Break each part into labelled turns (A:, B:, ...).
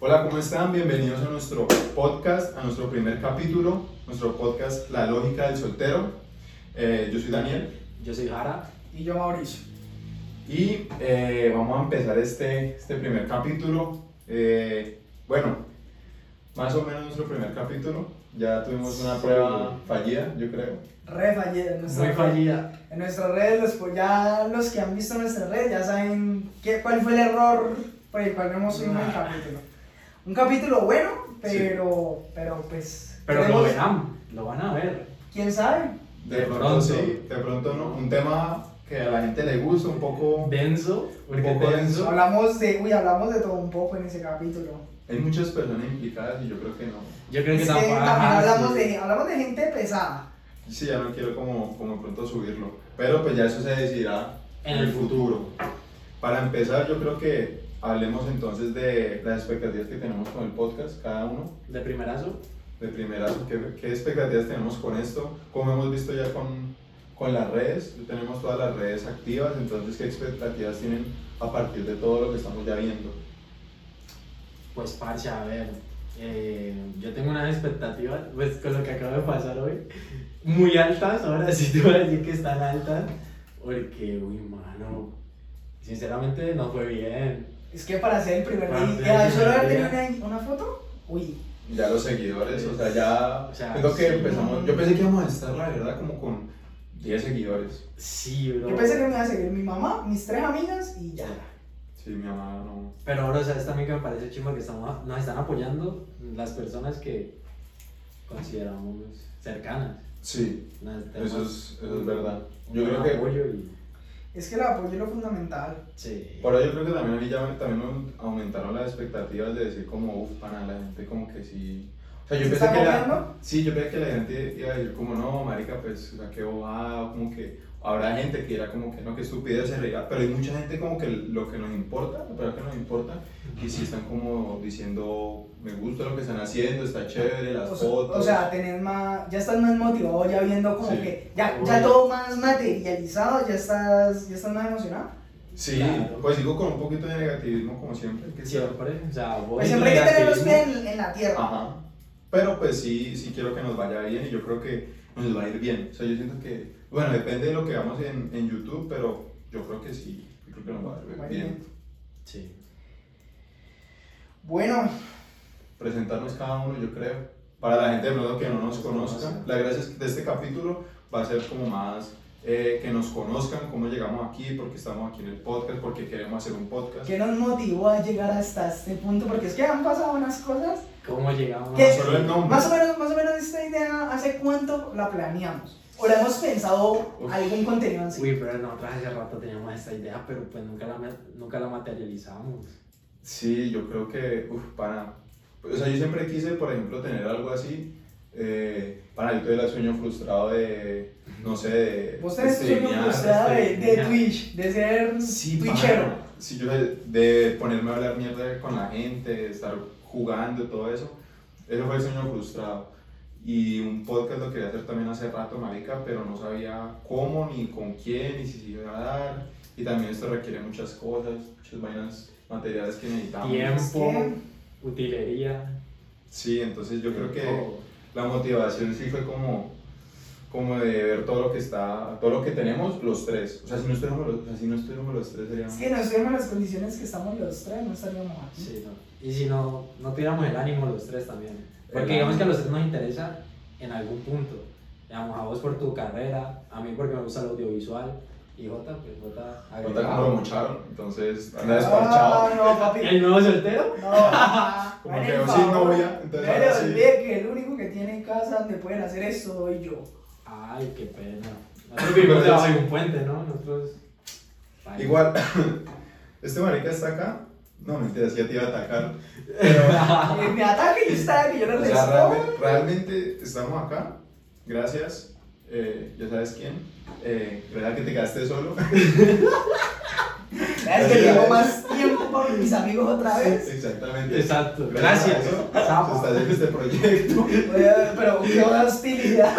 A: Hola, ¿cómo están? Bienvenidos a nuestro podcast, a nuestro primer capítulo, nuestro podcast La lógica del soltero. Eh, yo soy Daniel
B: Yo soy Jara.
C: Y yo, Mauricio.
A: y eh, vamos a empezar este, este primer capítulo. Eh, bueno, más o menos nuestro primer capítulo. Ya tuvimos una prueba fallida, yo creo.
C: Re fallida. en nuestra-
B: Muy fallida.
C: En nuestras redes, los, pues ya los que han visto nuestras redes ya saben qué, cuál fue el error por el cual no hemos subido
B: Nah.
C: un capítulo. Un capítulo bueno, pero, pero pues.
B: Pero lo
C: queremos-
B: verán, lo van a ver.
C: ¿Quién sabe?
A: De,
B: De
A: pronto,
B: pronto.
A: sí, de pronto no. Un tema que a la gente le gusta, un poco...
B: Denso, porque
A: Un poco
B: denso.
C: Hablamos de. Uy, hablamos de todo un poco en ese capítulo.
A: Hay muchas personas implicadas y yo creo que no.
B: Yo creo que
C: Es que
B: Pues tampoco.
C: también
B: ajá,
C: hablamos
B: sí.
C: de, hablamos de gente pesada.
A: Sí, ya no quiero como, como de pronto subirlo. Pero pues ya eso se decidirá en el futuro. Para empezar, yo creo que hablemos entonces de las expectativas que tenemos con el podcast, cada uno.
B: De primerazo.
A: De primera, ¿qué, qué expectativas tenemos con esto? Como hemos visto ya con, con las redes, ya tenemos todas las redes activas, entonces, ¿qué expectativas tienen a partir de todo lo que estamos ya viendo?
B: Pues parce, a ver, eh, yo tengo unas expectativas, pues con lo que acaba de pasar hoy, muy altas, ahora sí te voy a decir que están altas, porque, uy, mano, sinceramente no fue bien.
C: Es que para hacer el primer
B: Para
C: día.
B: hacer
C: ya,
B: el
C: solo haber
B: primer
C: tenido una, una foto? Uy.
A: Ya los seguidores, o sea, ya.
B: O sea,
A: es lo que
B: sí.
A: empezamos. Yo pensé que íbamos a estar, la verdad, como con 10 seguidores.
B: Sí, bro.
C: Yo pensé que me iba a seguir mi mamá, mis tres amigas y ya.
A: Sí, mi mamá no.
B: Pero ahora, o sea, es también que me parece chimba que estamos, nos están apoyando las personas que consideramos cercanas.
A: Sí,
B: Nos tenemos
A: Eso es, eso es
B: un-
A: verdad.
B: un
A: Yo
B: buen
A: creo que,
B: apoyo y...
C: Es que el apoyo es lo fundamental.
B: Sí.
A: por ahí yo creo que también a mí ya me- también me aumentaron las expectativas de decir como, uff, pana, la gente como que sí. O sea, yo
C: ¿Se
A: pensé
C: está
A: que la,
C: copiando?
A: sí, yo pensé que la gente iba a decir como, no, marica, pues, o sea, qué bobada, como que habrá gente que era como que no, que estupidez se reía, pero hay mucha gente como que lo que nos importa, lo primero que nos importa, y sí están como diciendo, me gusta lo que están haciendo, está chévere, las
C: O, sea-
A: fotos.
C: o sea, tenés más, ya estás más motivado, ya viendo como
A: Sí.
C: que, ya,
B: Uy.
C: ya todo más materializado, ya estás, ya estás más emocionado.
A: sí,
B: claro.
A: pues digo con un poquito de negativismo como siempre. Que sea-
B: Siempre, o sea, vos
C: Pues
B: y
C: siempre hay que tener los
B: negativismo.
C: pies en, en la tierra.
A: Ajá. Pero pues sí, sí quiero que nos vaya bien y yo creo que nos va a ir bien. O sea, yo siento que, bueno, depende de lo que hagamos en, en YouTube, pero yo creo que sí, yo creo que nos va a ir bien.
B: Sí.
C: Bueno,
A: Presentarnos cada uno, yo creo. Para la gente de pronto que no nos conozca, la gracia es que de este capítulo va a ser como más eh, que nos conozcan, cómo llegamos aquí, porque estamos aquí en el podcast, porque queremos hacer un podcast.
C: ¿qué nos motivó a llegar hasta este punto? Porque es que han pasado unas cosas.
B: ¿Cómo llegamos?
C: ¿Qué?
A: Solo el nombre.
C: Más o menos, más o menos esta idea, ¿hace cuánto la planeamos? ¿O la hemos pensado
A: Uf.
C: algún contenido así?
B: Uy, pero nosotros hace rato teníamos esta idea, pero pues nunca la, ma- nunca la materializamos.
A: Sí, yo creo que, uff, para. O sea, yo siempre quise, por ejemplo, tener algo así. Eh, para yo tuve el sueño frustrado de. No sé, de.
C: Vos tenés tu
A: de
C: sueño
A: streamear, este,
C: frustrado de, de
B: streamear.
C: Twitch, de ser
A: Sí,
C: Twitchero.
A: mano. Sí, yo de, de ponerme a hablar mierda con la gente, de estar jugando y todo eso. Eso fue el sueño frustrado. Y un podcast lo quería hacer también hace rato, marica, pero no sabía cómo, ni con quién, ni si se iba a dar. Y también esto requiere muchas cosas, muchas vainas materiales que necesitamos.
B: Tiempo,
C: ¿Qué?
B: utilería.
A: Sí, entonces yo creo que
B: todo.
A: la motivación sí fue como, como de ver todo lo que está, todo lo que tenemos los tres. O sea, si no estuviéramos los, o sea, si no estuviéramos los tres sería...
C: Es que no estuviéramos en las condiciones que estamos los tres, no estaríamos aquí.
B: Sí, no. Y si no, no tuviéramos el ánimo los tres también.
A: El
B: Porque digamos
A: ánimo.
B: que a los tres nos interesa en algún punto. Digamos, a vos por tu carrera, a mí porque me gusta el audiovisual, y Jota, pues Jota
A: Ahorita
B: agregado.
A: como lo mocharon, entonces anda
C: Ah,
A: desparchado.
C: no, papi.
B: ¿El nuevo soltero?
C: No.
A: Como
C: Hagan
A: que
C: el
A: yo
C: favor.
A: sin novia, entonces
C: No le
A: ahora sí.
C: olvide que el único que tiene casa donde pueden hacer eso soy yo.
B: Ay, qué pena. Nosotros vivimos debajo de un puente, ¿no? Nosotros...
A: Igual, este marica está acá. No, mentira, sí ya te iba a atacar. Pero,
C: Y me ataca y está que yo no
A: o sea,
C: respondo.
A: realmente, realmente estamos acá. Gracias. eh, ya sabes quién. Eh, ¿Verdad que te quedaste solo?
C: Es que llevo más tiempo con mis amigos otra vez.
A: Exactamente.
B: Exacto.
A: Gracias.
B: Gracias.
A: Estás haciendo este proyecto.
C: Voy a ver, Pero qué hostilidad.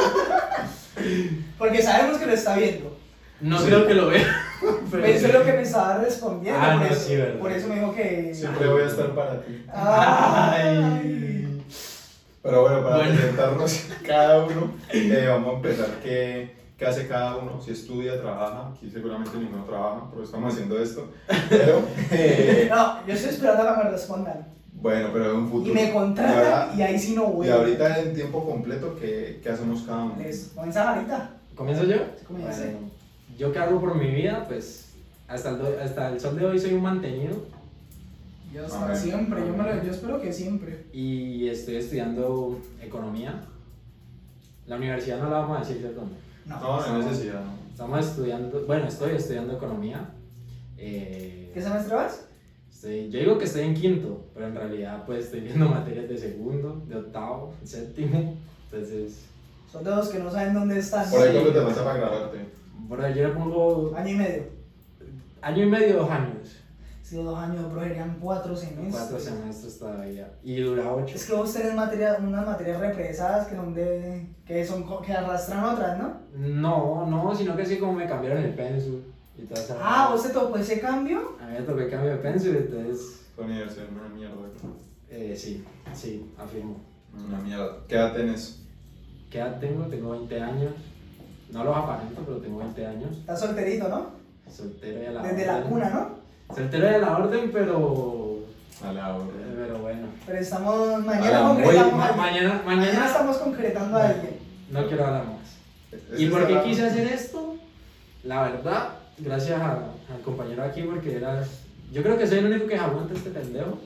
C: Porque sabemos que lo está viendo.
B: No
A: Sí.
B: creo que lo vea.
C: Pero eso es lo que me estaba respondiendo.
B: Ah,
C: por,
B: no,
C: eso,
B: sí, verdad.
C: por eso me dijo que.
A: Siempre voy a estar para ti.
C: Ay.
B: Ay.
A: Pero bueno, para
B: Bueno.
A: presentarnos cada uno, eh, vamos a empezar qué, qué hace cada uno, si estudia, trabaja, aquí seguramente ninguno trabaja, pero estamos haciendo esto. Pero, eh,
C: No, yo estoy esperando a que me respondan.
A: bueno, pero en un futuro.
C: Y me
A: Y ahora-
C: contratan y ahí sí no
A: Y
C: voy.
A: ahorita en tiempo completo, ¿qué, qué hacemos cada uno?
C: Les comienza ahorita.
B: ¿Comienzo yo?
C: ¿Cómo ya sé?
B: Bueno, yo que hago por mi vida, pues hasta el, do- hasta el sol de hoy soy un mantenido
C: Yo hasta
A: Amén.
C: siempre, yo, me lo- yo espero que siempre.
B: y estoy estudiando economía. La universidad no la vamos a decir de dónde.
C: No,
A: No, no hay
C: estamos-
A: necesidad. no.
B: Estamos estudiando, bueno, estoy estudiando economía. Eh,
C: ¿Qué semestre vas?
B: estoy- yo digo que estoy en quinto, pero en realidad pues estoy viendo materias de segundo, de octavo, séptimo. Entonces,
C: Son de los que no saben dónde están.
A: Por ahí,
B: Sí.
A: ¿cuánto te pasa para graduarte?
B: bueno, yo le pongo
C: Año y medio.
B: año y medio, dos años.
C: Si dos años, bro, serían cuatro semestres.
B: Cuatro semestres todavía. Y dura ocho.
C: Es que vos tenés materia, unas materias represadas que son de. que son co- que arrastran otras, ¿no?
B: No, no, sino que así como me cambiaron el pensum y todo eso.
C: Ah, vos te tocó ese cambio.
B: A mí me tocó el cambio de pensum, entonces,
A: La universidad es una mierda.
B: eh, sí, sí, afirmo.
A: Una mierda. ¿Qué edad tenés?
B: ¿Qué edad tengo? Tengo 20 años. No los aparento, pero tengo 20 años.
C: Estás solterito, ¿no?
B: Soltero y a la
C: Desde la
B: orden.
C: cuna, ¿no?
B: Soltero y a la orden, pero.
A: A la
B: eh,
A: hora.
B: Pero bueno.
C: Pero estamos.
A: A
C: mañana
A: la
C: concretamos
B: Ma-
C: a alguien.
B: mañana,
C: Mañana
B: mañana.
C: estamos concretando a alguien.
B: No quiero hablar más.
A: Es-
B: ¿Y
A: es
B: por qué
A: la-
B: quise hacer esto? La verdad, gracias a- al compañero aquí, porque era. Yo creo que soy el único que aguanta este pendejo.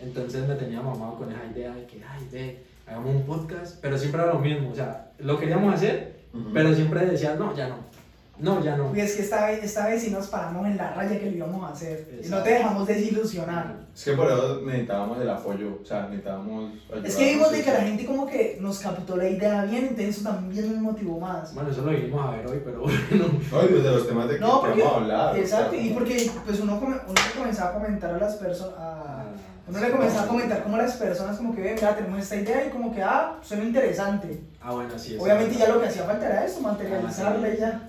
B: Entonces me tenía mamado con esa idea de que, ay, ve, hagamos un podcast. Pero siempre era lo mismo. O sea, lo queríamos hacer,
A: Ujú.
B: pero siempre decías, no, ya no. No, ya no.
C: Y es que esta vez, esta vez sí nos paramos en la raya que lo íbamos a hacer. Y no
B: Exacto.
C: te dejamos desilusionar.
A: Es que por eso necesitábamos el apoyo, o sea, necesitábamos ayuda.
C: Es que vimos de que la gente como que nos captó la idea bien, entonces eso también nos motivó más.
B: Bueno, eso lo vinimos a ver hoy, pero bueno.
A: No, y pues de los temas de que
C: No,
A: que
C: porque-
A: vamos a hablar.
C: Exacto,
A: o sea,
C: y porque pues uno, come- uno le comenzaba a comentar a las personas, a- uno Ah, le comenzaba a comentar como a las personas como que, "Ve, mira, tenemos esta idea y como que, ah, suena interesante.
B: Ah, bueno, sí. eso.
C: Obviamente ya lo que hacía falta era eso, materializarla y ya.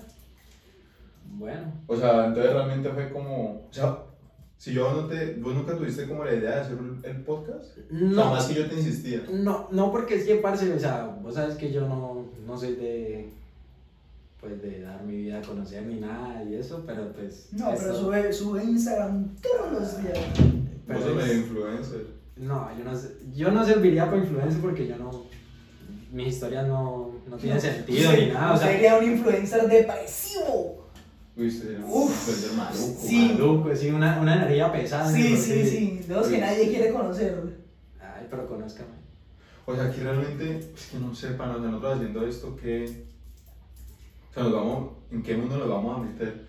B: Bueno,
A: O sea, entonces realmente fue como. O sea, si yo no te. ¿Vos nunca tuviste como la idea de hacer el podcast? O sea,
B: no,
A: más que yo te insistía.
B: no, no, porque es que, parce, o sea, vos sabes que yo no, no soy de, pues, de dar mi vida a conocer ni nada y eso, pero pues...
C: No, pero
B: esto-
C: sube, sube Instagram todos los días.
B: Pero
A: Vos sos
B: es-
A: medio influencer.
B: no, yo no, sé- yo no serviría para influencer porque yo no, mis historias no, no tienen sentido ni nada, o sea,
C: Sería un influencer depresivo.
A: Uy, usted era un
C: Uf,
A: influencer maluco.
C: sí.
B: maluco, sí, una, una energía pesada.
C: Sí,
B: ¿no?
C: sí, sí, de los que
A: Sí.
C: nadie quiere conocer.
B: Ay, pero conózcame.
A: O sea, aquí realmente, es que no sepan, o sea, nosotros haciendo esto, ¿qué. O sea, nos vamos. ¿En qué mundo nos vamos a meter?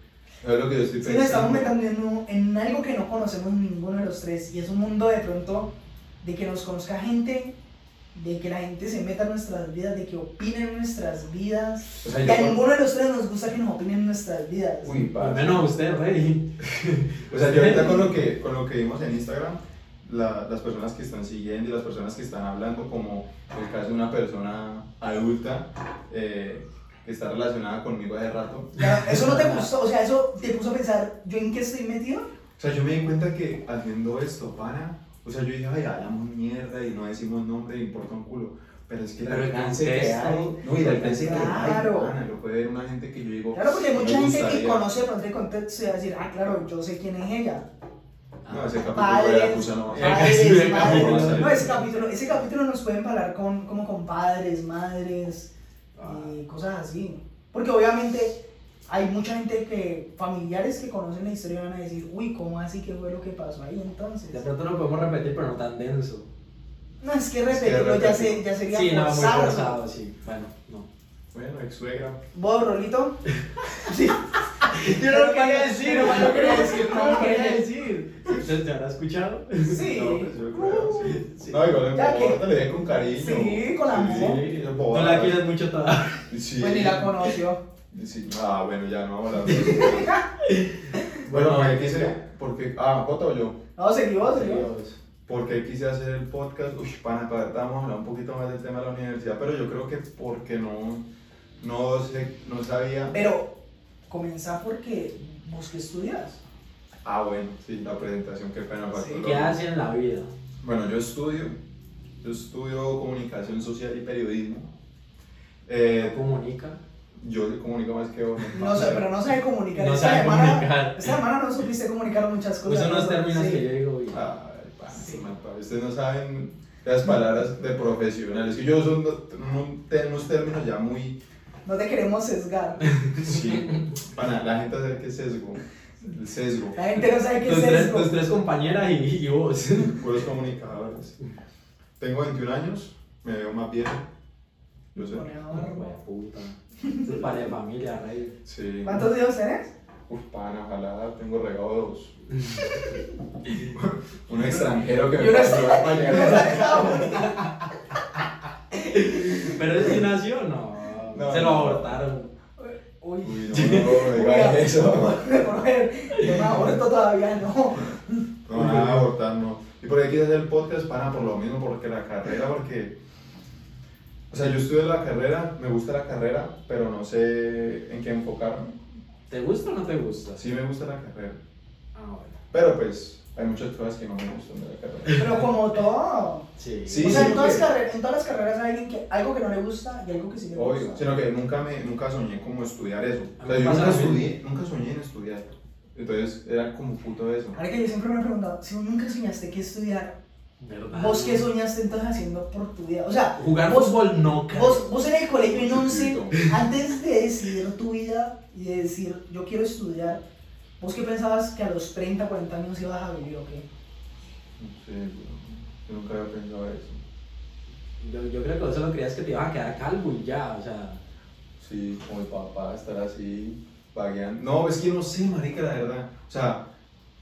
A: Es lo que yo estoy
C: Sí, nos estamos
A: pensando.
C: metiendo en, un- en algo que no conocemos ninguno de los tres y es un mundo de pronto de que nos conozca gente, de que la gente se meta en nuestras vidas, de que opinen nuestras vidas.
A: o sea,
C: Y a
A: yo.
C: ninguno de los tres nos gusta que nos opinen nuestras vidas.
A: Uy,
B: Al
A: parce.
B: menos usted, rey.
A: O sea, yo ahorita con lo que, con lo que vimos en Instagram, la- las personas que están siguiendo y las personas que están hablando, como el caso de una persona adulta eh, que está relacionada conmigo hace rato,
C: Ya, Eso no te gustó, o sea, eso te puso a pensar, ¿yo en qué estoy metido?
A: o sea, yo me di cuenta que haciendo esto, pana, o sea, yo dije, ay, hablamos mierda y no decimos nombre, importa un culo. Pero es que el
B: Pero el
A: alcance que
B: contexto.
A: hay, no, y el alcance
C: Claro.
A: que hay, pana, lo puede ver una gente que yo digo,
C: Claro, porque hay
A: me
C: mucha gente que
A: gustaría.
C: conoce de pronto el contexto y va a decir, ah, claro, yo sé quién es ella.
B: Ah,
A: No, ese capítulo de
C: Padres,
A: Yakuza no va a salir.
B: casi
C: padres,
B: me acabo de
C: madres.
A: salir.
C: No, ese capítulo, ese capítulo nos pueden parar con, como con padres, madres.
B: Ah.
C: y cosas así. Porque obviamente hay mucha gente que, familiares que conocen la historia van a decir, uy, ¿cómo así que fue lo que pasó ahí entonces?
B: De pronto lo podemos repetir, pero no tan denso.
C: No, es que
A: Es que
C: repetirlo ya,
A: repetir.
C: se, ya sería
B: Sí, no, muy
C: forzado.
B: forzado, sí. Bueno, no.
A: Bueno, ex suegra.
C: ¿Vos, Rolito? sí.
B: Yo
C: no lo quería decir,
B: no
C: man, no quería decir, no lo quería
B: decir. ¿Te, te habrá escuchado?
C: Sí. Uh.
A: No, pues yo creo, sí.
B: Sí.
A: No, igual en
C: Ya
A: Bogotá
C: que-
A: le dije con cariño.
C: Sí, con amor.
A: Sí, en
B: No
A: Bogotá.
B: la quieres mucho todavía.
A: Sí.
C: Pues ni la conoció.
A: Sí. Ah, bueno, ya no vamos a hablar de eso. Bueno, ¿por qué quise? Porque, ah, ¿Jota o yo?
C: No, seguí vos, seguí vos.
A: Porque quise hacer el podcast. Uy, pana, para ahorita vamos a hablar un poquito más del tema de la universidad, pero yo creo que porque no, no, sé, no sabía.
C: Pero comenzá porque ¿Vos qué estudias?
A: Ah, bueno, sí, la presentación, qué pena. para
C: Sí,
A: todos.
B: ¿Qué hace en la vida?
A: Bueno, yo estudio, yo estudio comunicación social y periodismo. Eh,
B: ¿Comunica?
A: yo se comunico más que vos.
C: No sé, pero no sabe comunicar.
B: No
C: esta,
B: sabe
C: semana,
B: comunicar.
C: esta semana no supiste comunicar muchas cosas.
B: Usa Pues unos
C: ¿no?
B: términos
C: Sí.
B: que yo digo, uy,
A: Ay, pana,
C: Sí.
A: man, pa, ustedes no saben las palabras de profesionales. Que yo son do- un- unos términos ya muy.
C: No te queremos sesgar.
A: Sí, pana, la gente sabe qué es sesgo. El sesgo.
C: La gente no sabe qué
B: tus,
C: es
B: tres,
C: sesgo.
B: tus tres compañeras y, y vos.
A: Puros comunicadores. Tengo 21 años, me veo más viejo. Yo sé.
C: Bueno,
B: Hue puta. Eso es para de familia, rey.
A: Sí.
C: ¿Cuántos hijos tenés?
A: Uf, pana, ojalá tengo regados. un extranjero que me
C: Yo no
A: pasó a
C: Nos ha
A: mañana.
C: dejado bonito.
B: Pero es si nació, no.
A: No,
B: Se lo
A: no.
B: abortaron.
C: Uy.
A: Uy, no, no, diga eso.
C: Yo me aborto todavía, no.
A: No, nada, abortar no. Y por ahí quise hacer el podcast, pana, por lo mismo, porque la carrera, porque. O sea, yo estudié la carrera, me gusta la carrera, pero no sé en qué enfocarme.
B: ¿Te gusta o no te gusta?
A: Sí me gusta la carrera,
B: Ah, bueno.
A: pero pues hay muchas cosas que no me gustan de la carrera.
C: Pero como todo.
B: Sí.
A: Sí,
C: o sea,
A: sí,
C: en, todas
A: ok.
C: carreras, en todas las carreras hay alguien que, algo que no le gusta y algo que sí le
A: Obvio,
C: gusta.
A: sino que nunca, me, nunca soñé como estudiar eso.
B: A
A: O
B: mí
A: sea,
B: me
A: yo nunca
B: pasa lo mismo.
A: estudié, nunca soñé en estudiar. Entonces era como puto eso.
C: Ahora que yo siempre me he preguntado, si vos nunca soñaste que estudiar,
B: ¿Verdad?
C: ¿vos qué soñaste entonces haciendo por tu vida? O sea,
B: Jugar
C: vos-
B: fútbol no, creo.
C: vos, vos en el colegio en 11,
A: Chiquito.
C: antes de decidir tu vida y de decir yo quiero estudiar, ¿vos qué pensabas que a los 30, 40 años ibas a vivir o qué?
A: No sé, yo nunca había pensado eso.
B: Yo, yo creo que vos solo creías que te ibas a quedar calvo y ya, o sea.
A: Sí, como el papá, estar así, vagueando. No, es que no sé, marica, la verdad. O sea,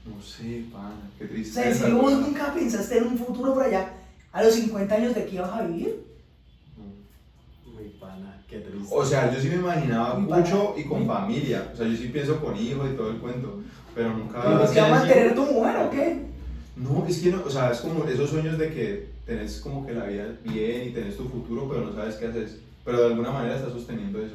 A: no sé, pana, qué
C: O
A: triste.
C: sea, si vos nunca pensaste en un futuro por allá, a los 50 años de qué ibas a vivir,
B: Muy pana, qué triste.
A: O sea, yo sí me imaginaba
C: Mi pana.
A: mucho y con familia. O sea, yo sí pienso con hijos y todo el cuento. Pero
B: Pero
A: nunca.
B: es
C: ¿te
B: que
C: vas a
B: así-
C: mantener tu mujer o qué?
A: No, es que no, o sea, es como esos sueños de que tenés como que la vida bien y tenés tu futuro, pero no sabes qué haces. Pero de alguna manera estás sosteniendo eso.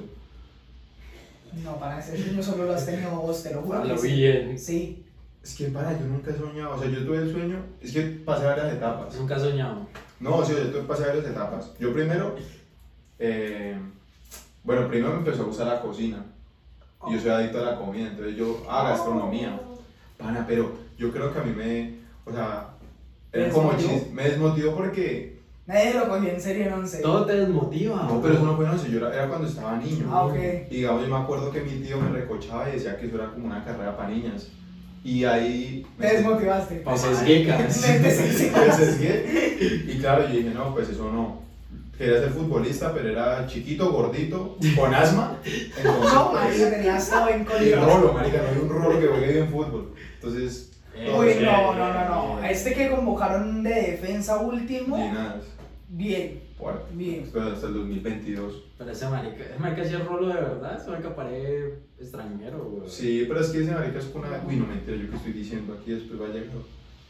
C: No, para ese sueño solo lo has tenido vos, te lo
A: Ah,
C: juro. que
B: Lo
C: sí.
B: bien.
C: Sí,
A: Es que, pana, yo nunca he soñado. O sea, yo tuve el sueño. Es que pasé varias etapas.
B: Nunca has soñado.
A: No, sí, yo tuve- pasé varias etapas. Yo primero, eh, bueno, primero me empezó a gustar la cocina. Y yo soy adicto a la comida, entonces yo,
C: Oh.
A: ah, gastronomía. Pana, pero yo creo que a mí me, o sea, era
C: ¿Te
A: como
C: desmotivó?
A: chis- me desmotivó porque,
C: Nadie lo cogió en serio en 11.
B: Todo te desmotiva.
A: no, pero eso no fue, no sé, yo era, era cuando estaba niño.
C: Ah, ok.
A: Y digamos, yo me acuerdo que mi tío me recochaba y decía que eso era como una carrera para niñas. Y ahí...
C: Te desmotivaste.
A: Pues
B: Pases guicas.
C: Mente
A: Me
C: sensible.
A: sesgué. Y claro, yo dije, no, pues eso no. Quería ser futbolista, pero era chiquito, gordito, con asma. Entonces,
C: No,
A: pues,
C: marica, tenía hasta buen
A: y
C: colegio.
A: rolo, marica, no hay un rolo que juegue bien fútbol. Entonces,
C: Uy, no, no, no, no. A este que convocaron de defensa último,
A: llenas,
C: bien,
A: fuerte.
C: bien.
A: Pero hasta el 2022.
B: Pero ese marica, ese marica sí es rolo de verdad, ese marica parece extranjero, güey.
A: Sí, pero es que ese marica es una... Uy, no, mentira, yo que estoy diciendo aquí, después va a llegar...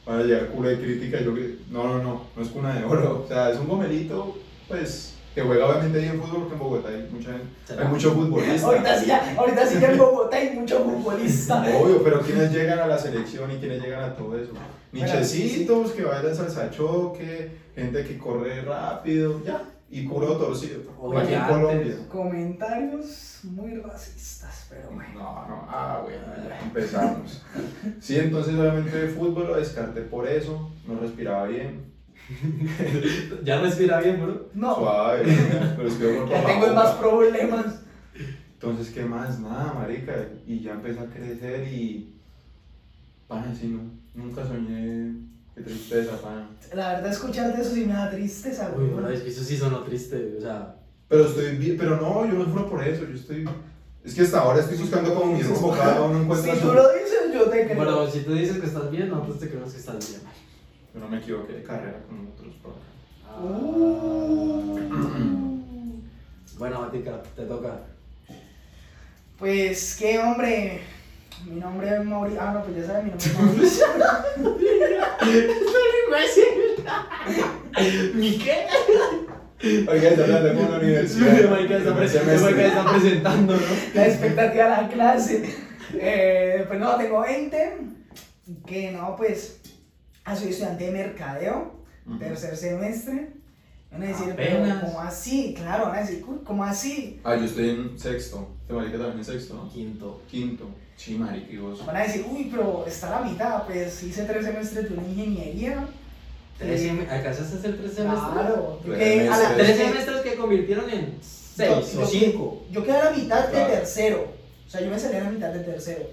A: Van a llegar culo de crítica, yo que... No, no, no, no es cuna de oro. O sea, es un gomelito, pues, que juega obviamente bien fútbol, porque en Bogotá hay, mucha, hay mucho futbolista.
C: Ahorita sí, ya- ahorita sí que en Bogotá hay mucho futbolista.
A: Obvio, pero quienes llegan a la selección y quienes llegan a todo eso. Nichecitos que bailan salsa choque, gente que corre rápido, ya. Y culo torcido.
B: Oye,
A: aquí en
B: antes.
A: Colombia.
C: Comentarios muy racistas, pero
A: No,
C: bueno.
A: no, ah, bueno, ya empezamos. Sí, entonces obviamente fútbol lo descarté por eso, no respiraba bien.
B: Ya respira bien, bro.
C: No,
A: Suave, lo respiro por
C: ya
A: la
C: tengo
A: boca.
C: más problemas.
A: Entonces, ¿qué más? Nada, marica. Y ya empecé a crecer y. Pana, sí, no. Nunca soñé. Qué tristeza, pana.
C: La verdad, escucharte eso sí me da tristeza,
B: Uy,
C: güey.
B: bro, es que eso sí sonó triste, o sea.
A: Pero estoy bien, pero no, yo no juro por eso, yo estoy... Es que hasta ahora estoy buscando como mi rumbo, cada uno encuentra
C: Si
A: su...
C: tú lo dices, yo te creo.
B: Pero si tú dices que estás bien, nosotros te creemos que estás bien.
A: Yo no me equivoqué de carrera con otros programas.
C: Uh.
B: Bueno, Matica, te toca.
C: Pues qué hombre. Mi nombre es Mauricio. Ah, no, pues ya sabes, mi nombre es Mauricio.
B: ¿Mi qué?
A: Oiga, está hablando con la
B: Marica
A: universidad.
B: está, pre- ese marica está presentando, ¿no?
C: La expectativa de la clase. Eh, pues no, tengo 20. Que no, pues. Ah, soy estudiante de mercadeo,
A: Ujú.
C: tercer semestre. Van a decir,
B: Apenas.
C: pero ¿cómo así? Claro, van a decir, "Uy, ¿cómo así?
A: Ah, yo estoy en sexto. Te marica también en sexto, ¿no?
B: Quinto.
A: Quinto. Sí, marica, y vos.
C: Van a decir, uy, pero está a la mitad. Pues hice tres semestres de una ingeniería.
B: Tres
C: Eh,
B: sem- ¿Alcanzaste a hacer tres semestres?
C: Claro. Yo
A: Tres
C: quedé, a la,
A: semestres.
B: Tres
C: yo-
B: semestres que convirtieron en seis
C: yo-
B: o cinco.
C: yo quedé a la mitad de
A: Claro.
C: tercero. O sea, yo me salí a la mitad de tercero.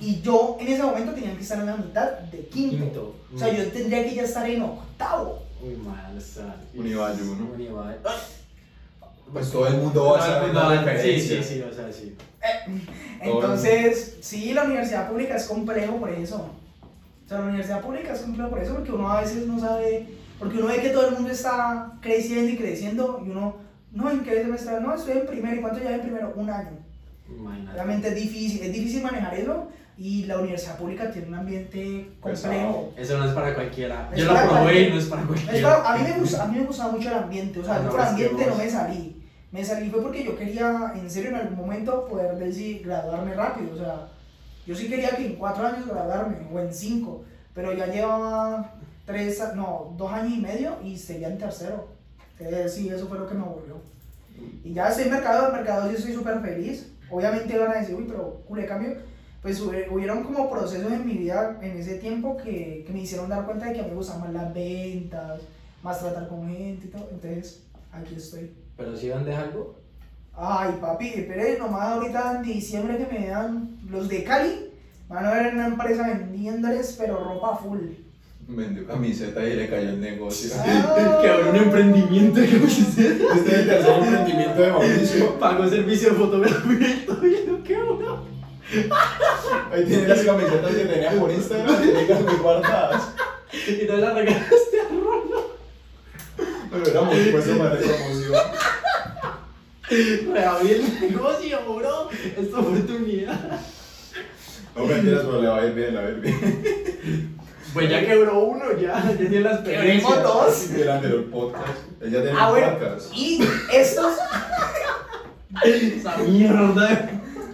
C: Y yo en ese momento tenía que estar en la mitad de quinto.
B: Quinto.
C: O
A: Mm.
C: sea, yo tendría que ya estar en octavo.
B: Uy, mal, está.
A: Univayu, ¿no?
B: Univayu.
A: Pues todo el mundo va a saber la
B: Sí,
A: referencia.
B: sí, sí, o sea, sí.
C: Entonces, sí, la universidad pública es complejo por eso. O sea, la universidad pública es complejo por eso, porque uno a veces no sabe, porque uno ve que todo el mundo está creciendo y creciendo, y uno, no, ¿en qué semestre? No, estoy en primero, ¿y cuánto lleva en primero? Un año.
B: Imagínate.
C: Realmente es difícil, es difícil manejar eso, y la universidad pública tiene un ambiente complejo.
B: Eso no es para cualquiera.
C: Es
B: Yo lo
C: para
B: probé y
C: cualquiera.
B: no es para cualquiera.
C: Es claro, a mí me gusta, a mí me gustaba mucho el ambiente, o sea,
B: No,
C: yo por
B: es que
C: ambiente
B: vos-
C: no me salí. Me salí fue porque yo quería, en serio, en algún momento poder decir, graduarme rápido, o sea, yo sí quería que en cuatro años graduarme, o en cinco, pero ya llevaba tres, a- no, dos años y medio y seguía en tercero. Entonces, sí, eso fue lo que me aburrió. Y ya estoy en mercado, en mercado yo estoy súper feliz. Obviamente van a decir, uy, pero culé cambio. Pues hubi- hubieron como procesos en mi vida en ese tiempo que, que me hicieron dar cuenta de que a mí me gustaban más las ventas, más tratar con gente y todo. Entonces, aquí estoy.
B: Pero si van de algo,
C: Ay, papi, espere, nomás ahorita en diciembre que me dan los de Cali, van a ver en una empresa vendiéndoles, pero ropa full.
A: Vendió camiseta y le cayó el negocio.
C: Ah.
B: que abrió un emprendimiento que me hiciste.
A: Este es el tercer emprendimiento de Mauricio.
B: Pagó servicio de fotografía y todo, y no quedó nada.
A: Ahí tiene las camisetas que tenía por Instagram, tenía muy guardadas.
B: Y no la regalaste a Rolo.
A: Pero era muy puesto para la promoción.
B: Reabrí el negocio, bro. Esta oportunidad.
A: No mentiras, pero le va a ir bien, le va a ir bien.
B: Pues ya quebró uno, ya. Ya tiene las
C: Quebremos dos.
A: Y el anterior podcast. Ella tiene
C: Ah,
A: un
C: bueno,
A: podcast.
C: y estos.
B: Esa mierda.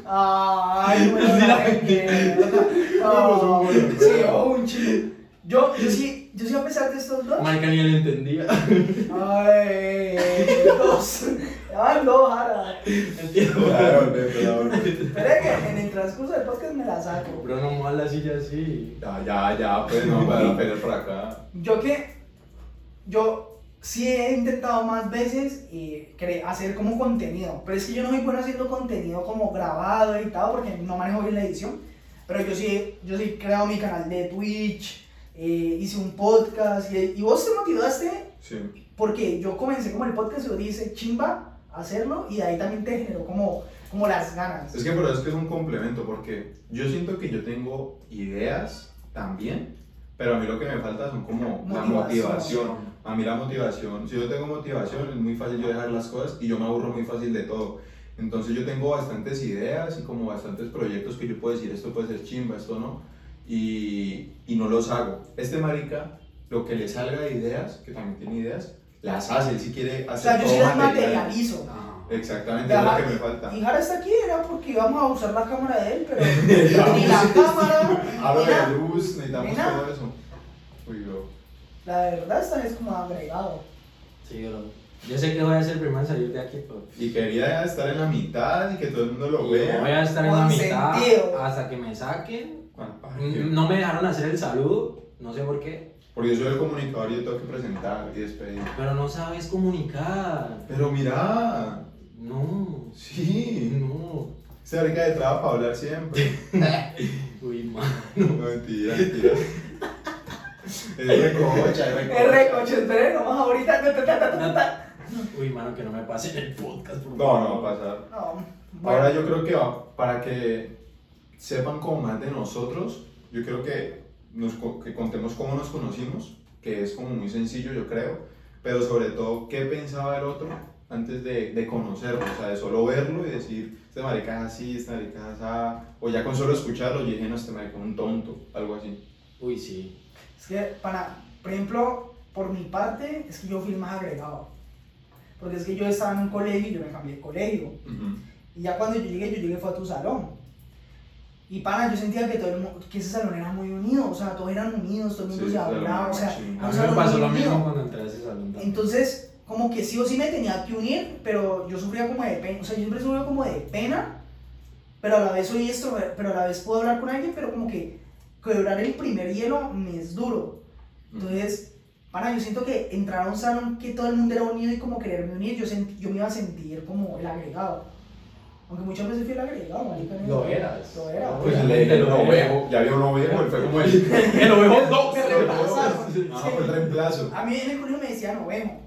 C: Ay, bueno,
B: Sí, la
C: la mierda.
A: Vamos,
C: Ay,
A: vamos.
C: sí, oh, un chile. Yo, yo sí, yo sí a pesar de estos dos.
B: Marica ni lo entendía.
C: Ay, dos. Ay, no, Jara.
B: Entiendo.
A: La va a volver, la va a volver.
C: Espera que en el transcurso del podcast me la saco.
B: Bro, no muevas la silla así.
A: Ya, ya, ya, pues no, para pelear por acá.
C: Yo que. Yo sí he intentado más veces eh, cre- hacer como contenido. Pero es que yo no soy bueno haciendo contenido como grabado, editado, porque no manejo bien la edición. Pero yo sí, yo sí creo mi canal de Twitch, eh, hice un podcast. Y, y vos te motivaste
A: Sí.
C: porque yo comencé como el podcast y yo dije, chimba, hacerlo. Y de ahí también te generó como, como las ganas.
A: Es que por eso es que es un complemento, porque yo siento que yo tengo ideas también, pero a mí lo que me falta son como la motivación. A mí la motivación, si yo tengo motivación, es muy fácil yo dejar las cosas y yo me aburro muy fácil de todo. Entonces yo tengo bastantes ideas y como bastantes proyectos que yo puedo decir, esto puede ser chimba, esto no, y, y no los hago. Este marica, lo que le salga de ideas, que también tiene ideas, las hace, él sí quiere
C: O
A: hacer
C: sea, yo sí
A: todo
C: las
A: material.
C: materializo.
A: Exactamente, es lo que me falta.
C: Y Jara está aquí era porque íbamos a usar la cámara de él, pero ni la cámara.
A: Hablo
C: Mira.
A: Ah, de luz, necesitamos
C: Mira.
A: todo eso. Uy, yo.
C: La verdad, esta es como agregado.
B: Sí, bro. Yo sé que voy a ser el primero en salir de aquí, pero.
A: Y quería estar en la mitad y que todo el mundo lo
B: Voy
A: vea.
B: a estar en la mitad
C: Consentido.
B: hasta que me saquen.
A: Bueno, ¿para qué?
B: Mm, No me dejaron hacer el saludo, no sé por qué.
A: Porque yo soy el comunicador y yo tengo que presentar y despedir.
B: Pero no sabes comunicar.
A: Pero mira,
B: No.
A: sí,
B: No.
A: se acerca de trabajo para hablar siempre.
B: Uy, man.
A: No, mentira, mentira. Es recocha,
C: El recoche, esperen nomás ahorita. ta, ta, ta, ta, ta, ta.
B: Uy, mano, que no me pase en el podcast, por
A: No, no va a pasar.
C: No, bueno,
A: Ahora yo creo que va- para que sepan como más de nosotros, yo creo que, nos, co- que contemos cómo nos conocimos, que es como muy sencillo yo creo, pero sobre todo qué pensaba el otro antes de, de conocerlo, o sea, de solo verlo y decir, este marica es así, este marica es así, o ya con solo escucharlo, yo dije, no, este marica es un tonto, algo así.
B: Uy, sí.
C: es que para, por ejemplo, por mi parte, es que yo fui el más agregado. Porque es que yo estaba en un colegio y yo me cambié de colegio.
A: Ujú.
C: Y ya cuando yo llegué, yo llegué fue a tu salón. Y pana, yo sentía que todo el mu- que ese salón era muy unido, o sea, todos eran unidos, todo el mundo
A: Sí,
C: se
A: claro,
C: hablaba, o sea,
A: sí.
C: era
B: A mí
C: un
B: me
C: salón
B: pasó
C: muy
B: lo mismo
C: unido.
B: cuando entré a ese salón. también.
C: Entonces, como que sí o sí me tenía que unir, pero yo sufría como de pena, o sea, yo siempre sufría como de pena, pero a la vez soy extrover- pero a la vez puedo hablar con alguien, pero como que quebrar el primer hielo me es duro. Entonces, para yo siento que entrar a un salón que todo el mundo era unido y como quererme unir, yo, sent- yo me iba a sentir como el agregado. Aunque muchas veces fui el agregado, marica. en el-
B: Lo eras.
C: Lo era.
B: Lo
A: Pues
B: eras.
A: le dije,
B: Pero
A: no
B: bueno.
A: veo, ya vio no veo, él fue como el...
B: El ovejo no,
C: Me
B: se
C: reemplazaron.
B: reemplazó.
A: Ah, fue el reemplazo.
C: A mí en el colegio me decían ovejo.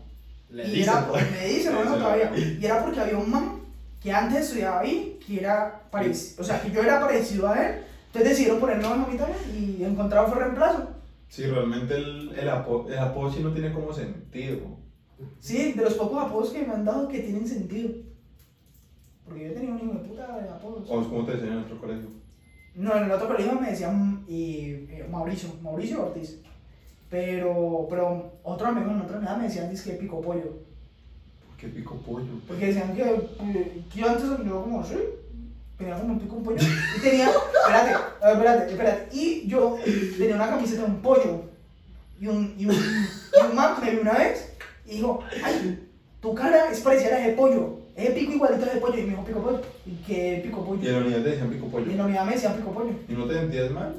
B: Le
C: y
B: dicen, pues.
C: era por- me dice
A: Le
C: Roberto
A: dicen,
C: todavía y era porque había un man que antes estudiaba ahí que era parecido o sea que yo era parecido a él entonces decidieron ponerme a mí también y encontraron fue reemplazo
A: Sí, realmente el, el, apo- el apodo sí no tiene como sentido.
C: sí de los pocos apodos que me han dado que tienen sentido porque yo tenía un hijo de puta de apodos
B: Oh.
A: ¿O cómo te decían en nuestro colegio?
C: no en el otro colegio me decían eh, eh, Mauricio Mauricio Ortiz pero pero otro amigo en otra edad me decían disque pico pollo
A: Qué pico pollo.
C: Porque decían que, eh, que yo antes yo como sí, tenía como un pico un pollo. Y tenía, espérate, a ver, espérate, espérate. Y yo tenía una camiseta de un pollo. Y un, y un, y un man me vio una vez y dijo, ay, tu cara es parecida a la de pollo. Es el pico igualito al de pollo. Y me dijo pico pollo. Y que pico
A: Y
C: pollo.
A: en la unidad te decían pico
C: Y en
A: pollo.
C: la unidad me decían pico pollo.
A: ¿Y no te sentías mal?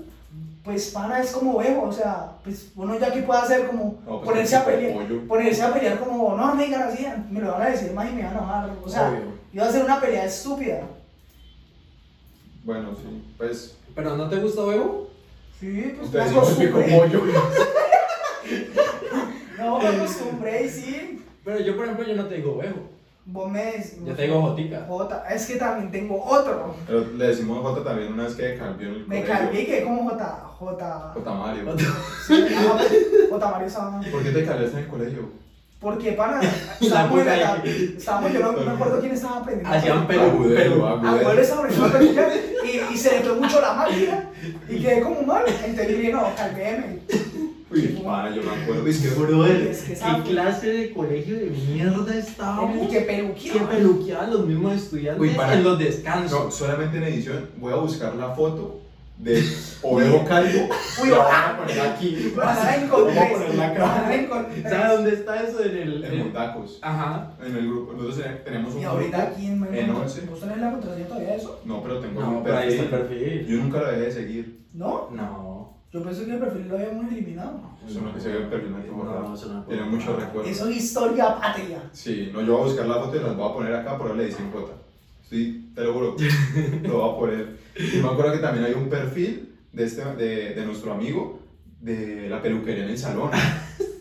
C: Pues pana es como ovejo, o sea, pues uno ya que puede hacer como
A: No, pues,
C: ponerse a
A: pico
C: pelear.
A: pollo.
C: Ponerse a pelear como, no, me digan así, me lo van a decir más y me van a amar. O sea,
B: Obvio.
C: Iba a ser una pelea estúpida.
A: Bueno, sí, pues.
B: ¿Pero no te gusta ovejo?
C: Sí, pues
A: Ustedes
C: me
A: decimos pico
C: acostumbré.
A: pollo.
C: No, me acostumbré y sí.
B: Pero yo, por ejemplo, yo no te digo ovejo.
C: Vos me des-
B: Yo te digo jotica.
C: Jota. Es que también tengo otro.
A: Pero le decimos Jota también una vez que cambió en el
C: Me
A: colegio.
C: calvé que como Jota. Jota.
A: Jota Mario.
C: sí, ajá, Jota Mario Sábana.
A: ¿Por qué te calviaste en el colegio?
C: Porque para.
B: La
C: Estábamos en la
B: puta
C: etapa- estábamos- yo no no me acuerdo quién estaba aprendiendo.
B: Hacían pelu,
A: Agudelo,
B: pelu.
A: agudelo.
C: Abuelo estaba aprendiendo a pelear y, y se le fue mucho la máquina y quedé como mal. Entonces yo dije, no, calvéme.
A: Uy, pana, yo me acuerdo. Es que
B: Brother,
C: Es que
B: ¿qué
C: esa-
B: clase de colegio de mierda
C: Y
B: estábamos?
C: que
B: Que
C: peluquía.
B: peluqueaban los mismos estudiantes
A: Uy, para.
B: en los descansos.
A: No, solamente en edición voy a buscar la foto de Ovejo Calvo.
C: Uy,
A: la
C: ojalá.
B: ah.
A: voy a poner aquí.
C: Vas a
A: Vamos a poner la
C: encontrar.
A: cara.
C: Vas a encontrar.
B: ¿Sabes dónde está eso? En el.
A: En
B: en-
A: Mundacos,
B: Ajá.
A: en el grupo. Nosotros eh, tenemos un
C: Y ahorita
A: grupo.
C: aquí en
A: En once.
C: ¿Vos tenés la contraseña todavía de eso?
A: No, pero tengo
B: No,
A: un
B: pero ahí está el
A: perfil.
B: perfil.
A: Yo nunca lo dejé de seguir.
C: ¿No?
B: No.
C: Yo pensé que el perfil lo habíamos eliminado.
A: Eso no, ese perfil no hay que borrar.
B: No, eso no
A: Tiene
B: puedo
A: mucho
B: borrar.
A: recuerdo.
C: Eso es historia patria.
A: Sí, no, yo voy a buscar la foto y las voy a poner acá por ahí le dicen Jota. Sí, te lo juro. lo voy a poner. Y me acuerdo que también hay un perfil de, este, de, de nuestro amigo de la peluquería en el salón.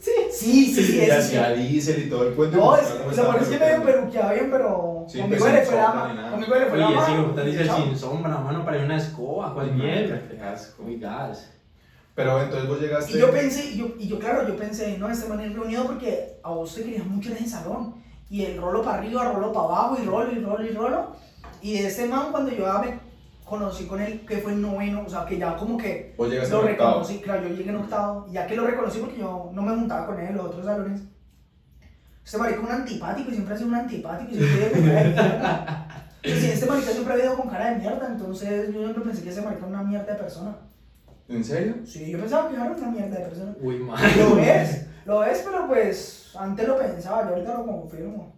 C: Sí, Ah, sí, sí.
A: y
C: eso sí.
A: hacía diésel y todo el cuento.
C: No,
A: Y
C: es,
A: mostraba cómo
C: lo
A: estaba
C: peor es que medio
A: peluqueando.
C: peluqueado bien, pero
A: Sí,
C: conmigo
A: pues,
C: le
A: sin
C: fue la
A: sombra ni
C: mano.
A: nada.
C: Conmigo le fue la
B: Oye,
C: mano.
B: sí, lo que usted dice
C: Chao.
B: sin sombra, mano, parece una escoba, cual
A: Ay,
B: mierda.
A: marica, qué asco.
B: Uy, gas.
A: Pero entonces vos llegaste.
C: Y yo pensé, y yo, y yo claro, yo pensé, no, este man es reunido porque a vos te querías mucho en ese salón. Y el rolo para arriba, rolo para abajo, y rolo, y rolo, y rolo. Y este man, cuando yo ya me conocí con él, que fue en noveno, o sea, que ya como que
A: Vos llegaste
C: Lo
A: en octavo.
C: reconocí, claro, yo llegué en octavo, y ya que lo reconocí porque yo no me juntaba con él en los otros salones. Este marica es un antipático y siempre ha sido un antipático y siempre ha sido con cara de mierda. O sea, sí, este marica siempre ha ido con cara de mierda, entonces yo siempre pensé que ese marica era una mierda de persona.
A: ¿En serio?
C: Sí, yo pensaba que yo era una mierda de persona.
B: Uy, man.
C: Lo es, lo es, pero pues antes lo pensaba, yo ahorita lo confirmo.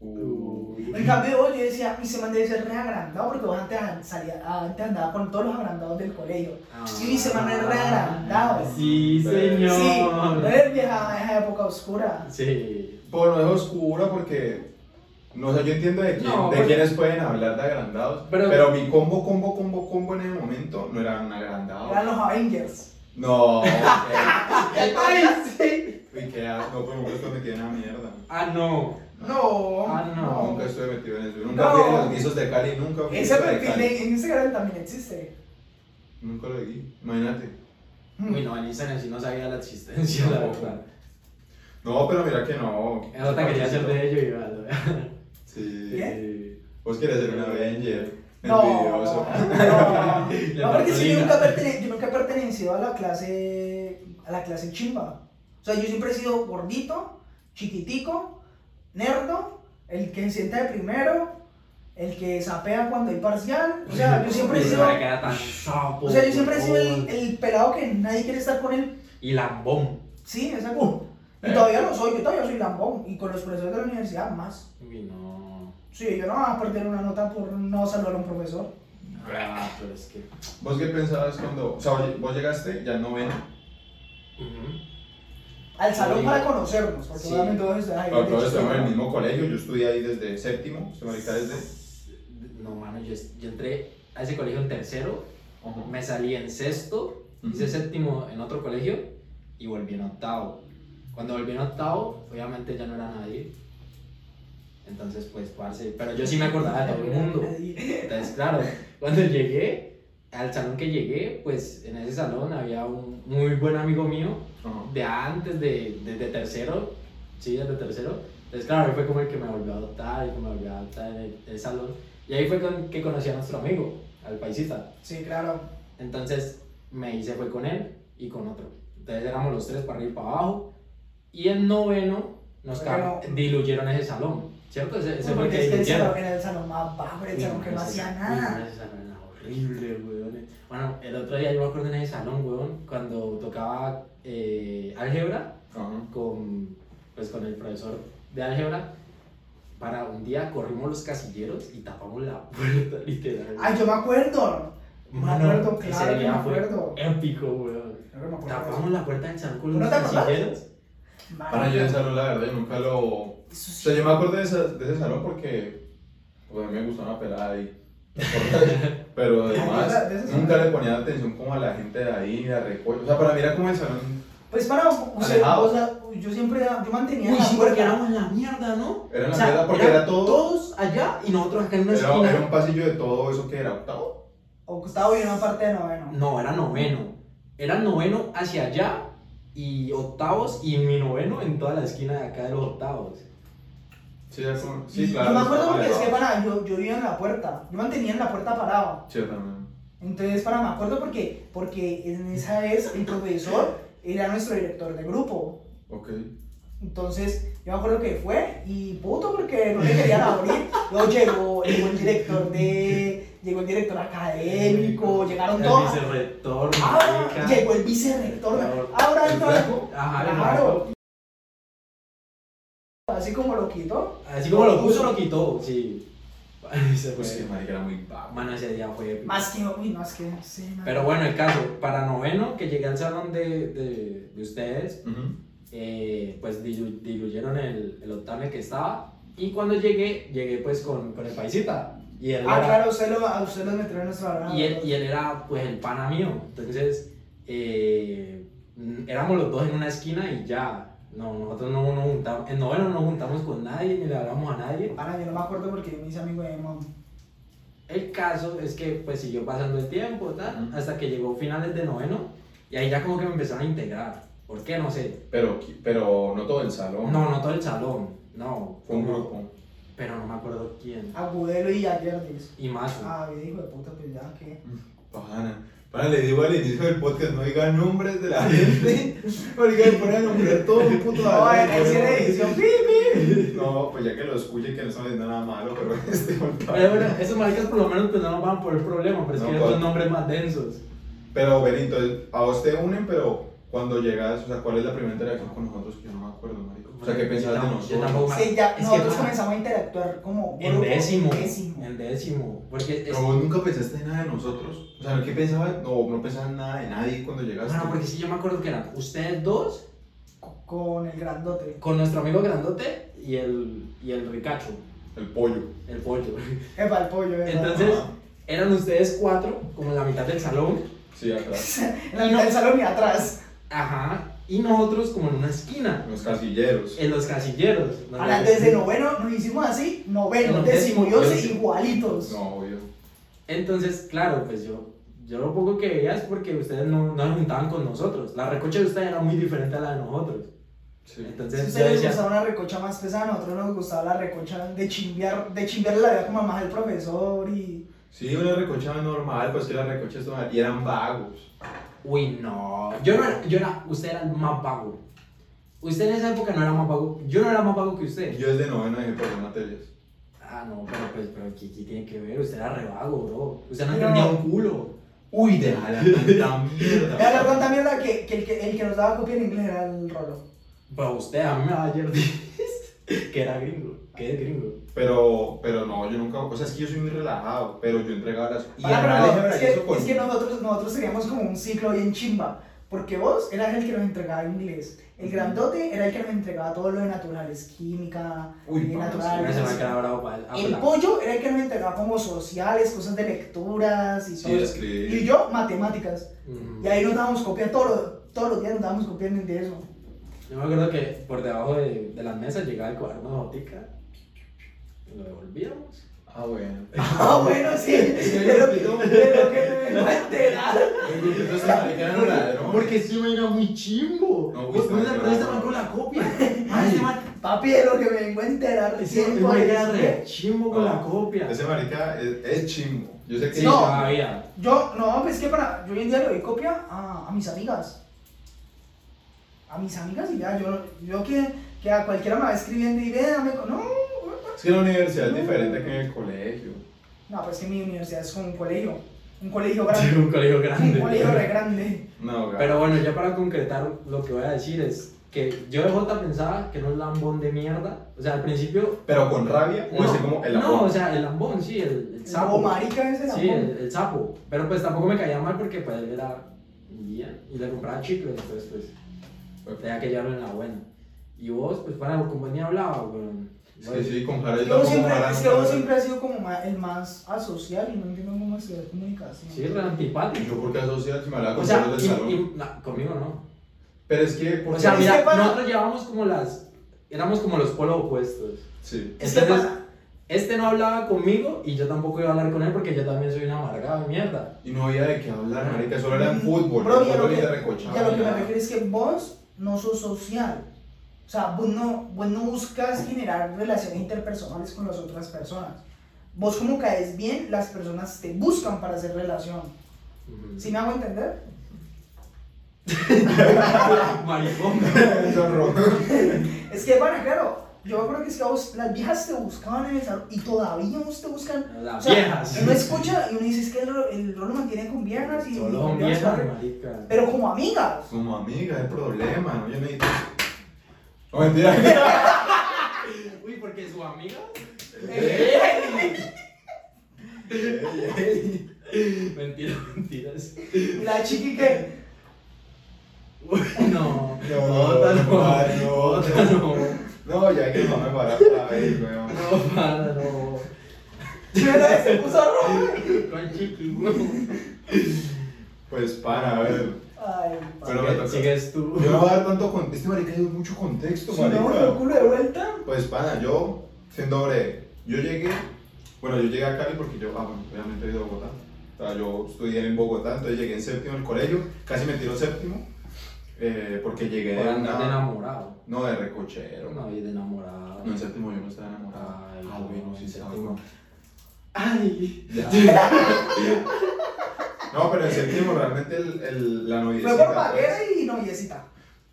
B: Uy.
C: En cambio, yo decía, y se man debe ser re agrandado porque vos antes, salía, antes andaba con todos los agrandados del colegio. Sí, se van a agrandar.
B: Ah. Sí,
C: Sí,
B: señor.
C: no eres vieja, vieja época oscura.
B: Sí.
A: Bueno, es oscura porque. No sé, yo entiendo de, quién-
B: No,
A: de
C: pues-
B: porque-
A: quiénes pueden hablar de agrandados. Pero,
B: Pero-
A: mi combo, combo, combo, combo en ese momento no eran agrandados.
C: Eran los Avengers.
A: No, eh,
B: Ay, sí.
A: uy, qué asco, pues, nunca estuve metido en la mierda.
B: Ah, no.
C: No.
B: Ah, no.
A: Nunca estuve metido en eso. Nunca
C: No.
A: fui a los guisos de Cali, nunca fui a
C: Ese
A: los de
C: perfil
A: Cali.
C: de- en Instagram también existe.
A: Nunca lo vi, imagínate.
C: Hmm.
B: Uy, no, en Instagram sí no sabía la existencia, la verdad.
A: No, pero mira que no.
B: Eso te quería hacer de ello y algo.
A: Sí.
C: ¿Qué?
A: Vos querés ser un Avenger.
C: No.
A: Envidioso.
C: No,
B: Le
C: no, porque
B: faltó
C: sí, yo
B: liga.
C: nunca, pertene- yo nunca he pertenecido a la clase a la clase chimba. O sea, yo siempre he sido gordito, chiquitico, nerdo, el que se sienta de primero, el que sapea cuando hay parcial. O sea, yo siempre he
B: Uy,
C: sido,
B: ahora queda tan sapo,
C: o sea, yo siempre he sido el,
B: huevón.
C: el pelado que nadie quiere estar con él.
B: Y lambón.
C: Sí, exacto. Y
A: Eh.
C: todavía lo soy, yo todavía soy lambón. Y con los profesores de la universidad más.
B: Uy, no.
C: Sí, yo no voy a perder una nota por no saludar a un profesor.
B: Ah, pero es que.
A: Eh, ¿Vos qué pensabas cuando.? O sea, oye, vos llegaste ya no ven.
B: Ujú.
C: Al salón
B: Sí.
C: para conocernos, porque
B: Sí.
C: obviamente todos están ahí.
A: Pero todos
C: de hecho,
A: estamos en el
C: sí.
A: mismo colegio. Yo estudié ahí desde séptimo. Usted marica desde.
B: No, mano, yo, yo entré a ese colegio en tercero, me salí en sexto, hice séptimo en otro colegio y volví en octavo. Cuando volví en octavo, obviamente ya no era nadie. Entonces, pues, parce. Pero yo sí me acordaba de todo el mundo.
C: Ahí.
B: Entonces, claro, cuando llegué, al salón que llegué, pues en ese salón había un muy buen amigo mío,
A: Ajá.
B: de antes, de, desde tercero, sí, desde tercero. Entonces, claro, él fue como el que me volvió a adoptar, el que me volvió a adoptar en el, el salón. Y ahí fue con, que conocí a nuestro amigo, al paisita.
C: Sí, claro.
B: Entonces, me hice fue con él y con otro. Entonces, éramos los tres para arriba y para abajo. Y en noveno, nos
C: Pero-
B: cam- diluyeron ese salón, ¿cierto? Ese, ese fue el
C: Porque
B: que
C: es que el
B: diluyeron.
C: salón era el salón más bajo, era el
B: Uy,
C: salón que no
B: ese-
C: hacía
B: uy,
C: nada.
B: no, ese salón era horrible, weón. Bueno, el otro día yo me acuerdo en ese salón, weón, cuando tocaba eh, álgebra
A: Ajá.
B: con, pues, con el profesor de álgebra. Para un día corrimos los casilleros y tapamos la puerta, literal.
C: Ay, yo me acuerdo.
B: Mano,
C: me acuerdo,
B: ese
C: claro que
B: día
C: me
B: fue
C: acuerdo.
B: Épico, weón.
C: Creo que me acuerdo de eso.
B: Tapamos la puerta del salón con
C: ¿No
B: los
C: te acordás?
B: casilleros.
A: Para yo
C: Marica,
A: el salón, la verdad, yo nunca lo.
C: eso
A: O
C: sí.
A: sea, yo me acuerdo de, esa- de ese salón porque pues, a mí me gustaba una pelada ahí. Pero además,
C: De ese salón.
A: nunca le ponía atención como a la gente de ahí, a recuerdo. O sea, para mí era como el salón.
C: Pues para, o sea,
A: Alejado.
C: o sea, yo siempre, yo mantenía la
B: porque
C: puerta.
B: éramos la mierda, ¿no?
A: Era
B: O
A: la
B: sea,
A: mierda porque
B: eran
A: era todo.
B: Todos allá y nosotros acá en una
A: Era,
B: esquina.
A: era un pasillo de todo eso que era octavo.
C: Octavo y una parte de noveno.
B: No, era noveno. Era noveno hacia allá y octavos y mi noveno en toda la esquina de acá de los octavos.
A: Sí, era como-
C: Y
A: sí claro.
C: Yo me acuerdo
A: estaba
C: porque es que
A: elevado.
C: para, yo, yo vivía en la puerta, yo mantenía en la puerta parado.
A: Sí, yo también.
C: Entonces para, me acuerdo porque, porque en esa vez el profesor era nuestro director de grupo.
A: Ok.
C: Entonces yo me acuerdo que fue y puto porque no le querían abrir. Luego llegó, llegó el director de, llegó el director académico, llegaron
B: El
C: todos.
B: vicerrector,
C: Ahora
B: marica.
C: llegó el vicerrector. Ahora
A: ¿El
C: entra
A: flaco?
B: Ajá, el
C: Claro.
B: flaco.
C: así como lo quitó.
B: Así como lo puso, lo quitó, sí. Ese
A: Pues
C: Eh.
A: que
B: fue.
A: marica era muy vago.
B: Mano, ese día fue. épico.
C: Más que, uy, no, es que, no sé, man.
B: Pero bueno, el caso, para noveno, que llegué al salón de, de, de ustedes,
A: Ujú.
B: eh, pues dilu- diluyeron el, el octavo en el que estaba. Y cuando llegué, llegué pues con, con el paisita. Y él,
C: Ah,
B: era,
C: claro, usted lo, a usted lo metió en nuestro programa.
B: y, él, y él era pues el pana mío. Entonces, eh, mm, éramos los dos en una esquina y ya. No, nosotros no nos juntamos, en noveno no nos juntamos con nadie, ni le hablamos a nadie.
C: Pana, yo no me acuerdo porque me hice amigo de Mom.
B: El caso es que pues siguió pasando el tiempo, tal,
A: Ujú.
B: hasta que llegó finales de noveno y ahí ya como que me empezaron a integrar. ¿Por qué? No sé.
A: Pero, qui- pero no todo el salón.
B: No, no todo el salón, no.
A: Fue un grupo.
B: Pero no me acuerdo quién.
C: Agudelo y Aguerdes.
B: Y más.
C: Ah, bien, hijo de puta, pues ya, ¿qué?
A: Pana, pana, le digo al inicio del podcast, no diga nombres de la gente, porque me ponen a nombrar todo un puto
C: No,
A: álbum,
C: en
A: weón.
C: de edición, pi, pi.
A: No, pues ya que lo escuche, que no está diciendo nada malo, pero este montón.
B: Pero bueno, esos maricas por lo menos pues no nos van por el problema, pero es
A: No,
B: que
A: pues.
B: son nombres más densos.
A: Pero Benito, a vos te unen, pero cuando llegas, o sea, ¿cuál es la primera interacción con nosotros? Que yo no me acuerdo, marico. O sea, ¿qué pensabas de
B: Yo
A: nosotros?
B: tampoco me-
C: Sí, ya,
B: Es que,
C: nosotros
B: pana,
C: comenzamos a interactuar como
B: En
C: grupo,
B: décimo.
C: décimo.
B: En décimo. Porque es,
A: Pero vos nunca pensaste en nada de nosotros. O sea, ¿qué pensabas? No, no pensabas en nada de nadie cuando llegaste.
B: Bueno, Ah, porque sí, yo me acuerdo que eran ustedes dos
C: Co- Con el grandote.
B: con nuestro amigo grandote y el, y el ricacho,
A: El pollo.
B: el pollo.
C: Epa, el pollo, epa.
B: Entonces- Eran ustedes cuatro, como en la mitad del salón.
A: Sí, atrás.
C: En la mitad del salón y atrás.
B: Ajá. Y nosotros como en una esquina,
A: Los casilleros.
B: en los casilleros.
C: A las desde noveno nos hicimos así, noveno,
B: En décimo
C: décimo y once
B: décimo.
C: igualitos.
A: No, obvio.
B: Entonces, claro, pues yo, yo lo poco que veía es porque ustedes no, no se juntaban con nosotros. La recocha de ustedes era muy diferente a la de nosotros.
A: Sí.
C: Si a
B: Entonces, yo
C: ustedes les
B: decía,
C: gustaba una recocha más pesada, a nosotros nos gustaba la recocha de chimbear, de chimbear la vida como más el profesor y...
A: Sí, una recocha normal, pues que la recocha es normal. Y eran vagos.
B: uy, no. Yo no era, yo era, usted era el más vago. Usted en esa época no era más vago. Yo no era más vago que usted.
A: Yo desde noveno dejé perder materias.
B: Ah, no, pero pues, pero ¿qué, qué tiene que ver? Usted era revago, bro. Usted no entendía
C: No.
B: un culo.
A: Uy, de la tanta mierda.
C: Voy a hablar tanta mierda que, que el, que el que nos daba copia en inglés era el Rolo.
B: Pero usted a mí me daba ayer que era gringo, que es gringo.
A: Pero, pero no, yo nunca, o sea, es que yo soy muy relajado, pero yo entregaba las... Y
C: Para, Ah, pero
A: Ana
C: no,
A: Alejandra
C: es,
A: hizo
C: que,
A: con-
C: es que nosotros, nosotros teníamos como un ciclo bien chimba. Porque vos eras el que nos entregaba inglés. El grandote era el que nos entregaba todo lo de naturales, química,
A: Uy,
C: eh,
A: pana, sí,
C: naturales.
B: Una semana que era bravo para el ah,
C: El
B: para-
C: pollo era el que nos entregaba como sociales, cosas de lecturas y
A: Sí,
C: todo. eso.
A: escribí.
C: y yo, matemáticas.
B: Ujú.
C: Y ahí nos dábamos copia todos los, todos los días, nos dábamos copia de eso.
B: Yo me acuerdo que por debajo de, de las mesas llegaba el cuaderno de botica. y Lo devolvíamos.
A: Ah, bueno.
C: Ah, bueno, sí. De lo que, de lo que me vengo a enterar.
A: Entonces, marica, era un ladrón.
B: ese man era muy chimbo. Pues,
A: No,
B: Vos-
A: fuiste
B: vos-
A: ladrón.
B: vos estaban con la copia. Ah, ese man-
C: Papi, de lo que me vengo a enterar.
B: ese
C: tiempo
B: man
C: es-
B: era re chimbo con la copia.
A: Ese marica es, es chimbo. Yo sé que...
B: Sí,
C: No.
B: todavía.
C: Yo, no, pues que para. Yo hoy en día le doy copia a, a mis amigas. A mis amigas y ya, yo, yo que, que a cualquiera me va escribiendo y ve, dame. co- No,
A: Es que la universidad es diferente que en el colegio.
C: no, pues que mi universidad es como un colegio. Un colegio
B: Sí,
C: grande.
B: un colegio
C: un colegio re
B: grande.
C: grande.
A: No, gato.
B: Pero bueno, ya para concretar, lo que voy a decir es que yo de Jota pensaba que era un lambón de mierda. O sea, al principio.
A: Pero con rabia, o así como el
B: no,
A: amor.
B: o sea, el lambón, sí, el, el
C: O
B: sapo.
C: marica ese
B: Sí,
C: tampoco.
B: el, el sapo. Pero pues tampoco me caía mal porque pues él era guía y le compraba chicles, entonces pues tenía que llevarlo en la buena. Y vos, pues para como ni hablaba, weón.
A: Sí, sí, con
C: Es
A: Jared
C: que vos
A: tampoco
C: siempre,
A: jalan,
C: es que vos
A: jalan.
C: siempre has sido como ma- el más asocial y no entiendo cómo estudiar comunicación.
B: Sí, era antipático.
A: Yo porque asociado si me hablaba
B: O
A: con
B: sea,
A: todos
B: y-
A: del salón.
B: y- na, conmigo no.
A: Pero es que... Porque
B: O sea,
C: Es
B: mira,
C: que para-
B: nosotros llevamos como las. Éramos como los polos opuestos.
A: Sí.
C: Es que
B: Entonces,
C: para-
B: este no hablaba conmigo y yo tampoco iba a hablar con él porque yo también soy una amargada de mierda.
A: Y no había de qué hablar, marica. Solo era en fútbol.
C: Mm, Bro,
A: el
C: y a lo
A: fútbol y
C: que-
A: de
C: Y a lo
A: recochaba.
C: que me
A: ya.
C: refiero es que vos no sos social. O sea, vos no, vos no buscas generar relaciones interpersonales con las otras personas. Vos como caes bien, las personas te buscan para hacer relación. ¿Sí me hago entender?
B: Maricón.
A: Eso es rojo.
C: Es que, bueno, claro, yo creo que es que a vos, las viejas te buscaban en el salón y todavía vos te buscan. O
B: Las
C: sea,
B: viejas.
C: uno escucha y uno dice, es que el, ro- el rol lo mantiene con viejas y...
B: Solo
C: con
B: son
C: viejas,
B: viejas, marica.
C: Pero como amigas.
A: Como amiga, el problema, ¿no? Yo necesito... No, mentira.
B: Uy, porque su amiga. Mentira, mentiras.
C: Y la chiqui que...
B: No,
A: No,
B: otra no,
A: no, no.
B: otra no.
A: No, ya que no me para para ver, weón.
B: No, para, no.
C: Mira, se puso roja.
B: Con chiqui, no.
A: Pues para, a ver.
C: Ay, padre.
A: Pero me toca.
B: Sigues tú.
A: Yo no voy a dar tanto contexto. Este marica dio mucho contexto,
C: Si no, el
A: marica.
C: culo de vuelta.
A: Pues pana, yo, siendo breve, yo llegué, bueno, yo llegué a Cali porque yo, ah, bueno, obviamente he ido a Bogotá. O sea, yo estudié en Bogotá, entonces llegué en séptimo al colegio, casi me tiró séptimo, eh, porque llegué
B: Por
A: de
B: andar de
A: una...
B: enamorado.
A: No, de recochero.
B: Una vida enamorada.
A: No, en séptimo yo no estaba enamorado.
B: Ay,
A: ah, bueno, sí,
B: en
A: estaba
B: séptimo.
A: enamorado.
B: Ay.
A: Ya. No, pero en séptimo realmente el, el- la noviecita...
C: Fue por
A: pues,
C: paquera y noviecita.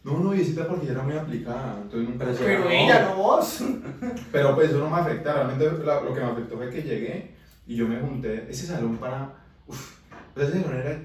A: No, noviecita porque ya era muy aplicada, entonces nunca...
B: Pero
A: se
B: Pero
A: ganó.
B: ella,
C: no vos.
A: Pero pues eso no me afecta, realmente la- lo que me afectó fue que llegué y yo me junté, ese salón para, pues, uff, ese salón era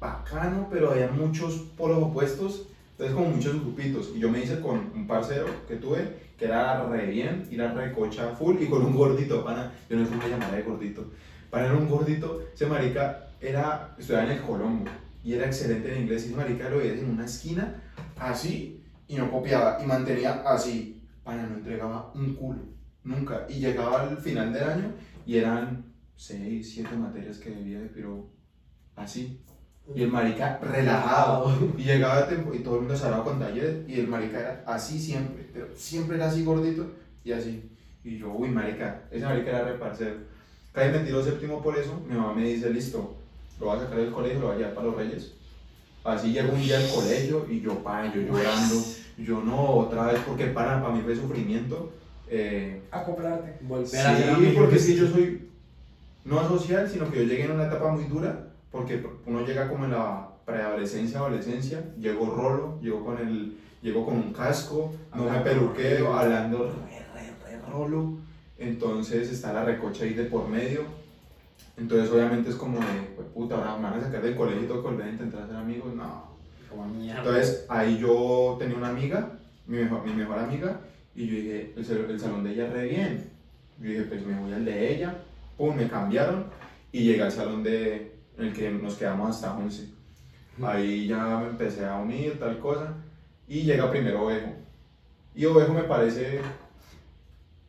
A: bacano, pero había muchos polos opuestos, entonces como muchos grupitos, y yo me hice con un parcero que tuve, que era re bien, y era re cocha full, y con un gordito, pana, yo no sé cómo llamar de gordito, para era un gordito, ese marica era, estudiaba en el Colombo, y era excelente en inglés, y ese marica lo veía en una esquina, así, y no copiaba, y mantenía así, para no entregaba un culo, nunca. Y llegaba al final del año y eran 6, 7 materias que debía de piro así. Y el marica relajado. Y llegaba a tiempo y todo el mundo se hablaba con talleres y el marica era así siempre, pero siempre era así gordito y así. Y yo, uy, marica, ese marica era reparcero. Casi me tiró séptimo por eso, mi mamá me dice, listo, lo voy a sacar del colegio, lo voy a llevar para los reyes. Así llegó un día al colegio y yo, pa, yo llorando, yo no, otra vez, porque para, para mí fue sufrimiento. eh,
C: Acoplarte.
B: Volver a ser
A: sí,
B: amigos.
A: porque es que yo soy no asocial, sino que yo llegué en una etapa muy dura, porque uno llega como en la preadolescencia, adolescencia, llegó rolo, llegó con el, llegó con un casco, no me
B: Hablando
A: peluqueo,
B: horrible.
A: hablando re, re, re rolo, Entonces está la recocha ahí de por medio. Entonces obviamente es como de, pues puta, ahora me van a sacar del colegio y tengo que volver a intentar ser amigos. No.
B: Como mierda.
A: Entonces ahí yo tenía una amiga, mi mejor, mi mejor amiga, y yo dije, el, sal- el salón de ella re bien. Yo dije, pues me voy al de ella. Pum, me cambiaron y llegué al salón de, en el que nos quedamos hasta 11. Ahí ya me empecé a unir, tal cosa. Y llega primero Ovejo. Y Ovejo me parece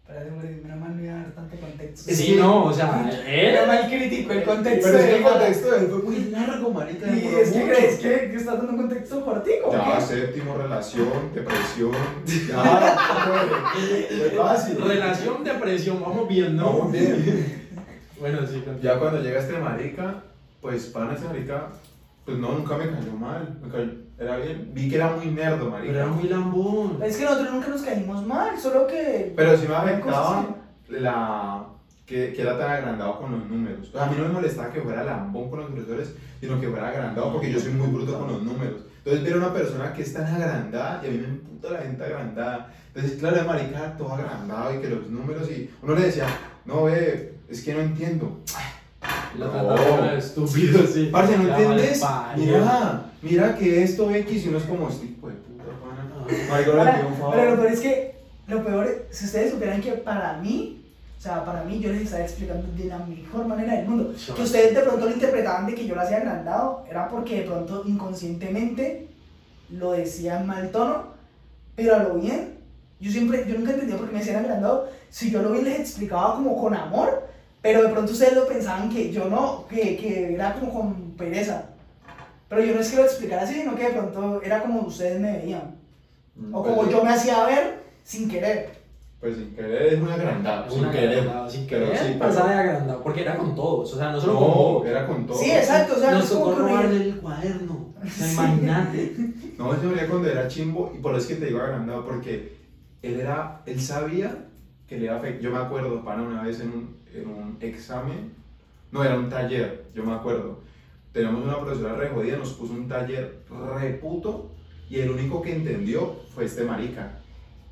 C: Espérate, porque de primera mano voy a dar tanto contexto.
B: Sí, no, o sea,
C: Era
B: él.
C: mal crítico el contexto.
A: Pero es que el
C: ¿verdad?
A: contexto de él fue muy largo, marica.
C: Y
A: demoró
C: es que
A: mucho.
C: crees que, que estás dando un contexto cortico.
A: Ya, séptimo, relación, depresión. Ya, fue, fue fácil.
B: Relación, depresión, vamos bien, ¿no?
A: No, bien.
B: Bueno, sí, con-
A: Ya cuando llega este marica, pues para este marica, pues no, nunca me cayó mal. me cayó- era bien. Vi que era muy nerdo,
B: Pero era
A: marica.
B: muy lambón.
C: Es que nosotros nunca nos caímos mal, solo que.
A: Pero sí me
C: Cosas
A: afectaba la. Que, que era tan agrandado con los números. O sea, a mí no me molestaba que fuera lambón con los profesores, sino que fuera agrandado, porque yo soy muy bruto con los números. Entonces, ver a una persona que es tan agrandada, y a mí me emputa la gente agrandada. Entonces, claro, el marica era todo agrandado y que los números, y uno le decía, no, ve, es que no entiendo.
B: Lo
A: No.
B: trataba de estúpido, sí.
A: Parce, ¿no
B: Ya,
A: entiendes?
B: vale, parió.
A: Mira, mira que esto X, y uno es como, sí, pues, puta, pana.
B: Ah,
A: Marica, ahora le pido
C: Ahora,
A: un
C: pero lo
A: favor.
C: peor es que. Lo peor es, si ustedes supieran que para mí. O sea, para mí yo les estaba explicando de la mejor manera del mundo. Que ustedes de pronto lo interpretaban de que yo lo hacía agrandado, era porque de pronto inconscientemente lo decía en mal tono, pero a lo bien, yo siempre, yo nunca entendía por qué me decían agrandado, si yo a lo bien les explicaba como con amor, pero de pronto ustedes lo pensaban que yo no, que, que era como con pereza. Pero yo no es que lo explicara así, sino que de pronto era como ustedes me veían, o como
A: Pues,
C: yo me hacía ver sin querer.
A: Pues sin querer es muy agrandado,
B: Era
A: sin
B: un
A: querer.
B: agrandado, sin
A: pero
B: querer.
A: sí, pero-
B: pasaba de agrandado, porque era con todos, o sea, no solo con
A: No,
B: vos.
A: era con todo.
C: Sí, exacto, o sea, no
B: Nos
C: es como
B: tocó
C: que uno-
B: robarle el cuaderno. O sea,
C: Sí.
B: imagínate.
A: No, yo veía cuando era chimbo, y por eso es que te digo agrandado, porque él era, él sabía que le iba a afectar. Yo me acuerdo, para una vez en un, en un examen, no, era un taller, yo me acuerdo. Tenemos una profesora re jodida, nos puso un taller reputo, y el único que entendió fue este marica.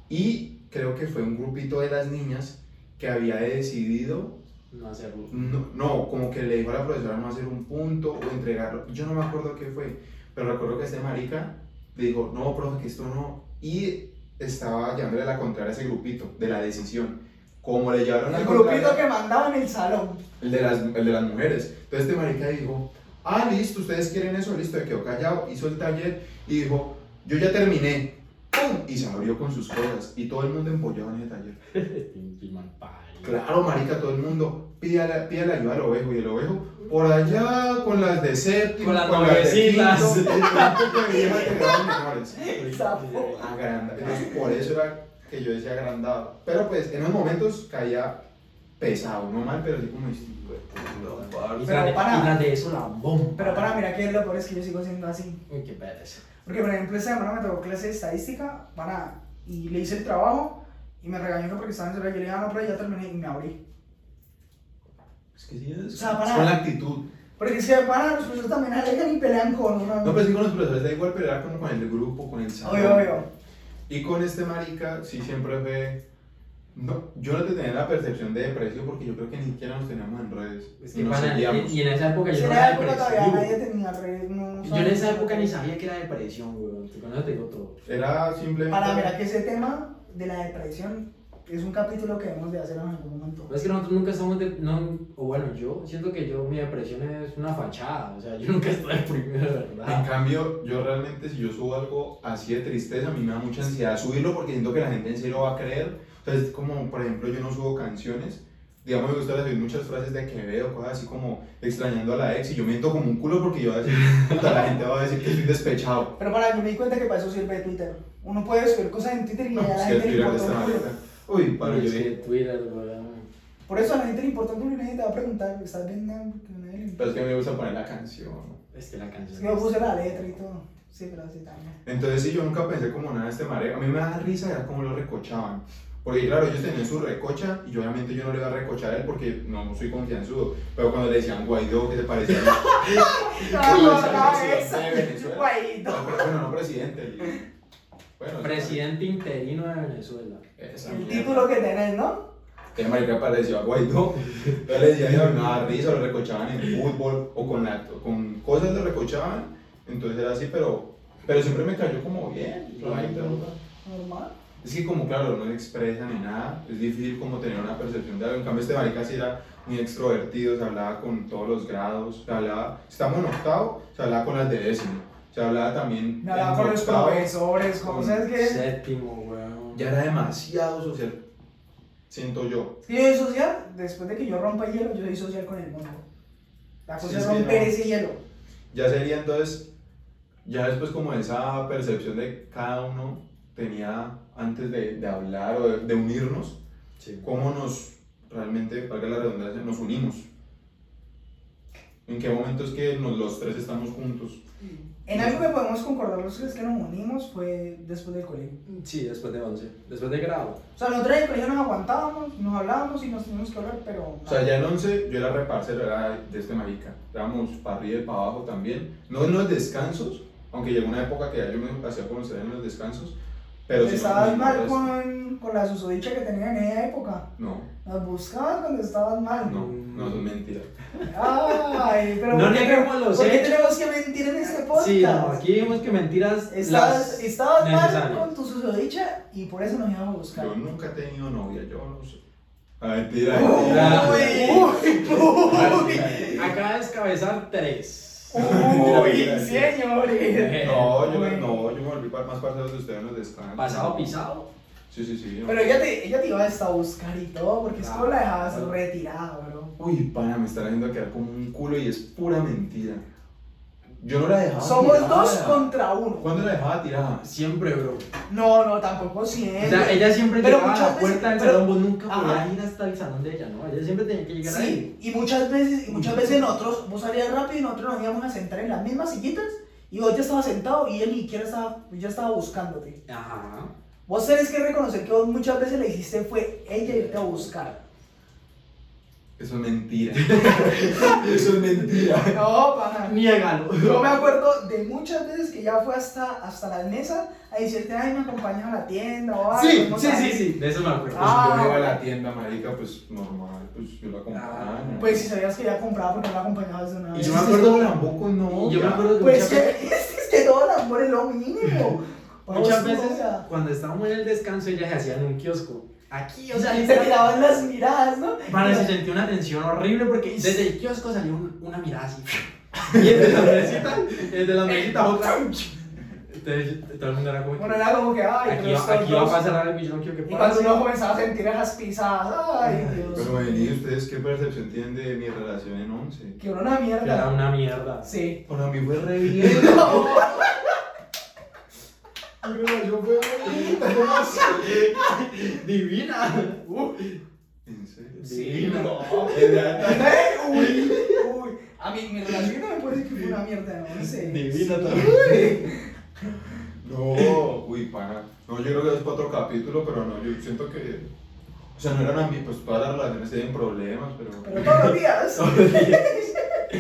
A: Y creo que fue un grupito de las niñas que había decidido
B: No hacerlo.
A: no, no, como que le dijo a la profesora no hacer un punto o entregarlo. Yo no me acuerdo qué fue, pero recuerdo que este marica le dijo, no, profe, que esto no. Y estaba llevándole la contraria a ese grupito de la decisión. Como le llevaron la
C: El
A: contraria-
C: grupito que mandaba en el salón.
A: el de, las, el de las mujeres. Entonces este marica dijo, ah, listo, ustedes quieren eso, listo, se quedó callado, hizo el taller y dijo, yo ya terminé. ¡Pum! Y se abrió con sus cosas y todo el mundo empollado en ese taller.
B: Pinche mal parido.
A: Claro, marica, todo el mundo pídale, pídale ayuda al ovejo y el ovejo por allá con las de séptimo,
B: Con las
A: de
B: noviecitas.
A: quinto, el tanto que vieja que daban menores.
C: Sapo.
A: Agranda- entonces, por eso era que yo decía agrandado. Pero pues en unos momentos caía pesado, no mal, pero así como este hijo de puta,
B: Y
A: parce.
C: Pero
B: tras de-
C: para.
B: y tras de eso, la bomba.
C: Pero para, mira que lo peor es que yo sigo siendo así.
B: Uy, qué pereza.
C: Porque, por ejemplo, esta semana me tocó clase de estadística, para, y le hice el trabajo, y me regañó que porque estaba en celular, yo le dije, ah, no, pero ya terminé, y me abrí.
A: Es que sí, es,
C: O sea, para.
A: es con la actitud.
C: Porque si para, los profesores también alegan y pelean con uno.
A: No, pues, pero sí con los profesores da igual, pero era como con el grupo, con el salón.
C: obvio, obvio.
A: Y con este marica sí siempre fue... No, yo no te tenía la percepción de deprecio porque yo creo que ni siquiera nos teníamos en redes.
B: Es
A: y
B: que
A: nos
B: pana,
A: seguíamos.
B: y y en esa época
C: Si
B: yo
C: en
B: no
C: la
B: era
C: época todavía nadie
B: depresivo.
C: tenía redes, no, no
B: Yo en esa
C: sabía.
B: época ni sabía que era depresión, weón. Con eso te digo todo.
A: Era simplemente...
C: Para, mira que ese tema de la depresión es un capítulo que debemos de hacer en algún momento.
B: Pero Es que nosotros nunca estamos, de- no, o bueno, yo siento que yo, mi depresión es una fachada, o sea, yo nunca estoy deprimido de
A: En
B: verdad.
A: cambio, yo realmente si yo subo algo así de tristeza, a mí me da mucha ansiedad subirlo porque siento que la gente en sí lo va a creer. O sea, es como, por ejemplo, yo no subo canciones. Digamos, me gusta subir muchas frases de que veo, cosas así como extrañando a la ex y yo miento como un culo porque yo voy a decir, puta, la gente va a decir que estoy despechado.
C: Pero para, yo me di cuenta que para eso sirve Twitter. Uno puede subir cosas en Twitter y
A: No,
C: ya a
A: pues
C: la
A: que el
C: gente le
A: Twitter de
C: importa
A: esta
C: un culo.
A: manera. Uy, para,
B: Pero
A: yo
B: es que
A: dije,
B: Este, Twitter, weón.
C: Por eso a la gente le importa un culo y nadie te va a preguntar, ¿estás bien? No, porque nadie le importa.
A: pero es que a mí me gusta poner la canción.
B: Es que la
C: Es
B: canción.
C: que yo
B: es-
C: puse la letra y todo. Sí, pero así también.
A: Entonces sí, yo nunca pensé como nada de este mareo. A mí me da risa era cómo lo recochaban. Porque claro, ellos tenían su recocha y yo, obviamente yo no le iba a recochar a él porque no soy confianzudo. Pero cuando le decían Guaidó, que se parecía a presidente de Venezuela.
C: Guaidó.
A: Bueno, no presidente. el- Bueno,
B: Presidente interino de Venezuela.
A: esa
C: El
A: mierda.
C: título que tenés, ¿no?
A: Entonces, marica pareció a Guaidó. Entonces le decían, no, nada, risa, lo recochaban en fútbol o con, la- con cosas lo recochaban. Entonces era así, pero, pero siempre me cayó como bien. la vaina, ¿no?
C: normal.
A: Es que como claro, no se expresa ni nada, es difícil como tener una percepción de algo. En cambio este marica sí era muy extrovertido, se hablaba con todos los grados, se hablaba, estamos en octavo, se hablaba con las de décimo, se hablaba también
C: Me hablaba
A: en
C: con los
A: octavo.
C: profesores, con-
A: con-
C: ¿sabes qué? Sí,
B: Séptimo, weón.
A: Ya era demasiado social, siento yo.
C: yo soy social, después de que yo rompa el hielo, yo soy social con el mundo. La cosa
A: Sí,
C: es
A: es que
C: romper
A: no.
C: ese hielo.
A: Ya sería entonces, ya después como esa percepción de cada uno tenía antes de, de hablar o de- de unirnos,
B: Sí.
A: cómo nos realmente, valga la redundancia, nos unimos. En qué momento es que nos- los tres estamos juntos.
C: En algo que podemos concordar los tres que nos unimos fue después del colegio.
B: Sí, después de 11. Después de grado.
C: O sea, nosotros en el colegio nos aguantábamos, nos hablábamos y nos teníamos que hablar, pero...
A: O sea, ya en 11 yo era reparcero, era de este marica. Estábamos para arriba y para abajo también. No en los descansos, aunque llegó una época que ya yo me hacía conocer en los descansos. Pero sí nos
C: estabas
A: unimos,
C: mal
A: ¿sabes?
C: con, con la susodicha que tenía en esa época.
A: No,
C: Nos buscabas cuando estabas mal.
A: no, no, eso es mentira.
C: Ay, pero
B: No
C: ¿por qué
B: neguemos
C: tenemos-
B: los
C: ¿Por qué
B: hechos?
C: tenemos que mentir en este podcast?
B: Sí, no, aquí vimos que mentiras.
C: Estabas,
B: las
C: estabas mal
B: necesarias.
C: con tu susodicha y por eso nos íbamos a buscar.
A: Yo nunca he tenido novia, yo no sé. Ah, mentira, mentira.
C: Uy, uy,
B: Acá descabezar tres.
C: uy, uy, señores.
A: No, yo, me- no, yo me volví pa- más parcero de ustedes en los descansos.
B: Pasado pisado.
A: Sí, sí, sí. no.
C: Pero ella te, ella te iba hasta a buscar y todo, porque es
B: Ah,
C: como la dejabas
B: claro.
C: retirada, bro.
A: Uy, pana, me están haciendo quedar como un culo y es pura mentira. Yo no la dejaba
C: Somos
B: Ah,
A: tirada.
C: dos contra uno.
A: ¿Cuándo la dejaba tirada?
B: Siempre, bro.
C: No, no, tampoco
B: O
C: siempre.
B: sea, ella siempre
C: Pero
B: llegaba a
C: muchas
B: la
C: veces-
B: puerta del
C: pero-
B: salón, vos nunca
C: Ajá.
B: podías ir hasta el salón de ella, ¿no? Ella siempre tenía que llegar ahí.
C: Sí, y muchas veces, y muchas veces nosotros, vos salías rápido y nosotros nos íbamos a sentar en las mismas sillitas y vos ya estabas sentado y él ni siquiera estaba, ya estaba buscándote.
B: Ajá.
C: Vos tenés que reconocer que vos muchas veces le hiciste fue ella irte a buscar.
A: Eso es mentira. Eso es mentira.
C: No, pana.
B: Niégalo.
C: Yo me acuerdo de muchas veces que ya fue hasta, hasta las mesas a decirte, ay, me acompañas a la tienda o algo.
B: Sí,
C: no
B: sí,
C: sabes.
B: sí, sí. De eso me acuerdo.
C: Ah.
A: Pues yo me iba a la tienda, marica, pues normal, pues yo la acompañaba.
C: Pues si sabías que ya compraba porque no la acompañabas de una
B: Y
C: vez.
B: yo me acuerdo-
A: tampoco no.
B: Y yo me acuerdo que
C: Pues
B: muchas
C: que, es que todo el amor es lo mínimo. Pues,
B: Muchas
C: Vamos,
B: veces
C: o sea.
B: cuando estábamos en el descanso ellas se hacían un kiosco. Aquí, o sea,
C: Y se
B: literal,
C: miraban las miradas, ¿no?
B: para se sentía una tensión horrible porque desde el kiosco salió un- una mirada así. Y desde la mesita, desde la mesita otra. Entonces todo el mundo era como
C: Bueno,
B: que,
C: era como que, ay,
B: aquí,
C: pero
B: va,
C: estos
B: aquí va a
C: dos.
B: pasar algo y yo no quiero que
C: Y cuando
B: pase.
C: uno comenzaba a sentir esas pisadas, ay, Dios.
A: Pero vení, ¿ustedes qué percepción tienen de mi relación en 11?
C: Que era una
B: Que Era
C: mierda.
B: una mierda.
C: Sí.
A: Bueno, a mí fue re bien. Pero yo fue
B: Divina. Uh,
A: ¿En serio?
C: Sí.
B: divina.
C: Ay, Uy, uy. A mí, mi relación también puede decir que fue una mierda, no sé.
B: Divina también.
C: Uy.
A: No, uy, pana. No, yo creo que es para otro capítulo, pero no, yo siento que. O sea, no eran a mí, pues todas las relaciones tienen problemas, pero.
C: Pero todos los días.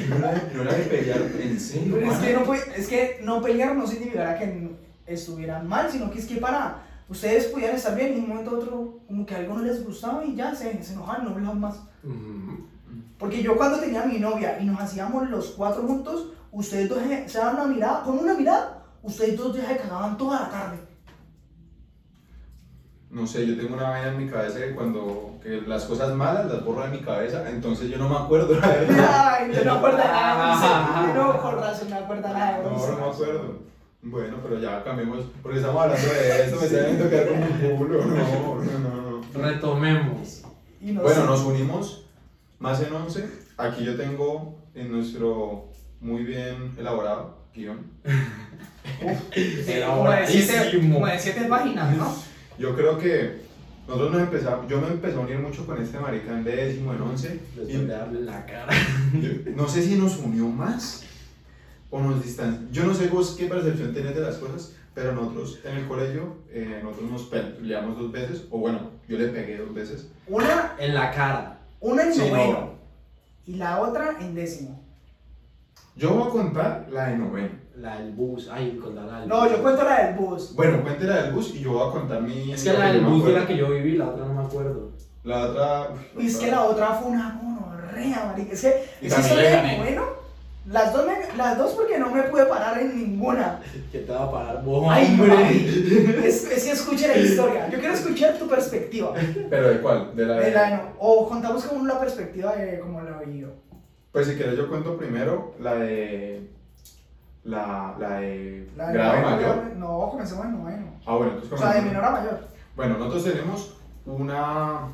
A: No era- no era de pelear en serio.
C: Pero es
A: pana.
C: que no fue- es que no pelear no significara que n- estuvieran mal, sino que es que para ustedes pudieran estar bien y de un momento a otro como que algo no les gustaba y ya se, se enojaron, no hablaban más.
B: Mm,
C: Porque yo cuando tenía a mi novia y nos hacíamos los cuatro juntos, ustedes dos se se daban una mirada, con una mirada, ustedes dos ya se cagaban toda la tarde.
A: No sé, yo tengo una vaina en mi cabeza que cuando. que las cosas malas las borro de mi cabeza, entonces yo no me acuerdo, la verdad.
C: Ay, yo no acuerdo nada,
B: Ah.
C: dice. No, con razón, no acuerdo nada.
A: No,
C: dice.
A: no me acuerdo. Bueno, pero ya cambiemos, porque estamos hablando de esto, me están viendo quedar como un culo. No, no, no. no.
B: Retomemos.
C: Y no
A: Bueno,
C: sé.
A: nos unimos más en 11. Aquí yo tengo en nuestro muy bien elaborado guión.
C: Como de siete,
B: elaboradísimo.
C: como de siete páginas, ¿no?
A: Yo creo que nosotros nos empezamos, yo me empecé a unir mucho con este maricán de décimo en 11.
B: Después de darle en la cara.
A: Yo- No sé si nos unió más o nos distanció. Yo no sé vos qué percepción tenés de las cosas, pero nosotros en el colegio, eh, nosotros nos peleamos dos veces, o bueno, yo le pegué dos veces.
C: Una,
B: En la cara.
C: una en
A: Sí, no.
C: noveno y la otra en décimo.
A: Yo voy a contar la de noveno.
B: La del bus. Ay, con la del
C: No,
B: bus.
C: yo cuento la del bus.
A: Bueno, cuente la del bus y yo voy a contar mi...
B: Es que
A: lo
B: la
A: yo
B: del
A: me
B: bus fue
A: acuerdo.
B: la que yo viví, la otra no me acuerdo.
A: La otra. uf,
C: Y es que la otra fue una gonorrea, marica. Es que
A: Y
C: esa
A: también
C: historia
A: le
C: de
A: gané.
C: noveno, las dos, me- las dos porque no me pude parar en ninguna.
B: ¿Qué te va a parar vos,
C: Ay,
B: hombre?
C: Es, es que escuche la historia. Yo quiero escuchar tu perspectiva
A: ¿Pero de cuál? De la de-
C: del año. O contamos como la perspectiva de cómo la vi yo.
A: Pues si quieres yo cuento primero la de. La, la de.
C: La de
A: grado
C: noveno,
A: mayor.
C: grado- No, comencemos en noveno.
A: Ah, bueno, entonces
C: O sea, de
A: comencemos.
C: menor a mayor.
A: Bueno, nosotros tenemos una,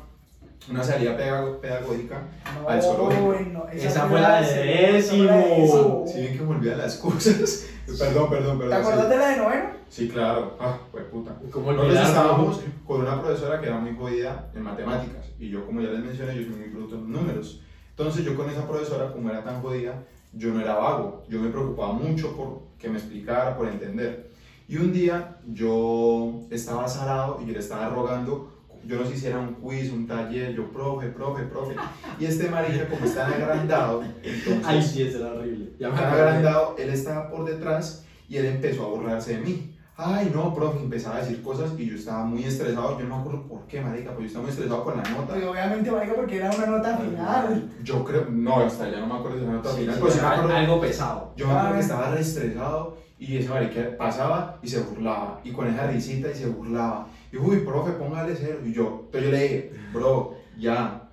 A: una salida pedago- pedagógica.
C: No,
A: Al zoológico.
C: bueno,
B: Esa fue la de
C: esa fue la de
B: décimo.
A: Si bien que me olvidan las cosas. perdón, perdón, perdón.
C: Oh. ¿Te acordás de la de noveno?
A: Sí, claro. Ah, pues puta.
B: ¿Cómo
A: Nosotros
B: olvidarlo?
A: estábamos con una profesora que era muy jodida en matemáticas. Y yo, como ya les mencioné, yo soy muy bruto en números. Entonces, yo con esa profesora, como era tan jodida, yo no era vago. Yo me preocupaba mucho por que me explicara, por entender. Y un día yo estaba azarado y yo le estaba rogando, yo no sé si era un quiz, un taller, yo, profe, profe, profe. Y este marica, como está agrandado, entonces
B: Ay, sí, eso era horrible. Ya me
A: tan
B: acordé.
A: agrandado, él estaba por detrás y él empezó a burlarse de mí. Ay, no, profe, empezaba a decir cosas y yo estaba muy estresado. Yo no me acuerdo por qué, marica, pues yo estaba muy estresado con la nota.
C: Pues obviamente, marica, porque era una nota final.
A: Yo creo, no, hasta ya no me acuerdo de la nota
B: Sí,
A: final.
B: sí,
A: pues sí me
B: al-
A: acuerdo-
B: algo pesado.
A: yo me acuerdo
C: Ah.
A: que estaba re estresado y ese marica pasaba y se burlaba. Y con esa risita y se burlaba. Y uy, profe, póngale cero. Y yo, entonces yo le dije, bro, ya,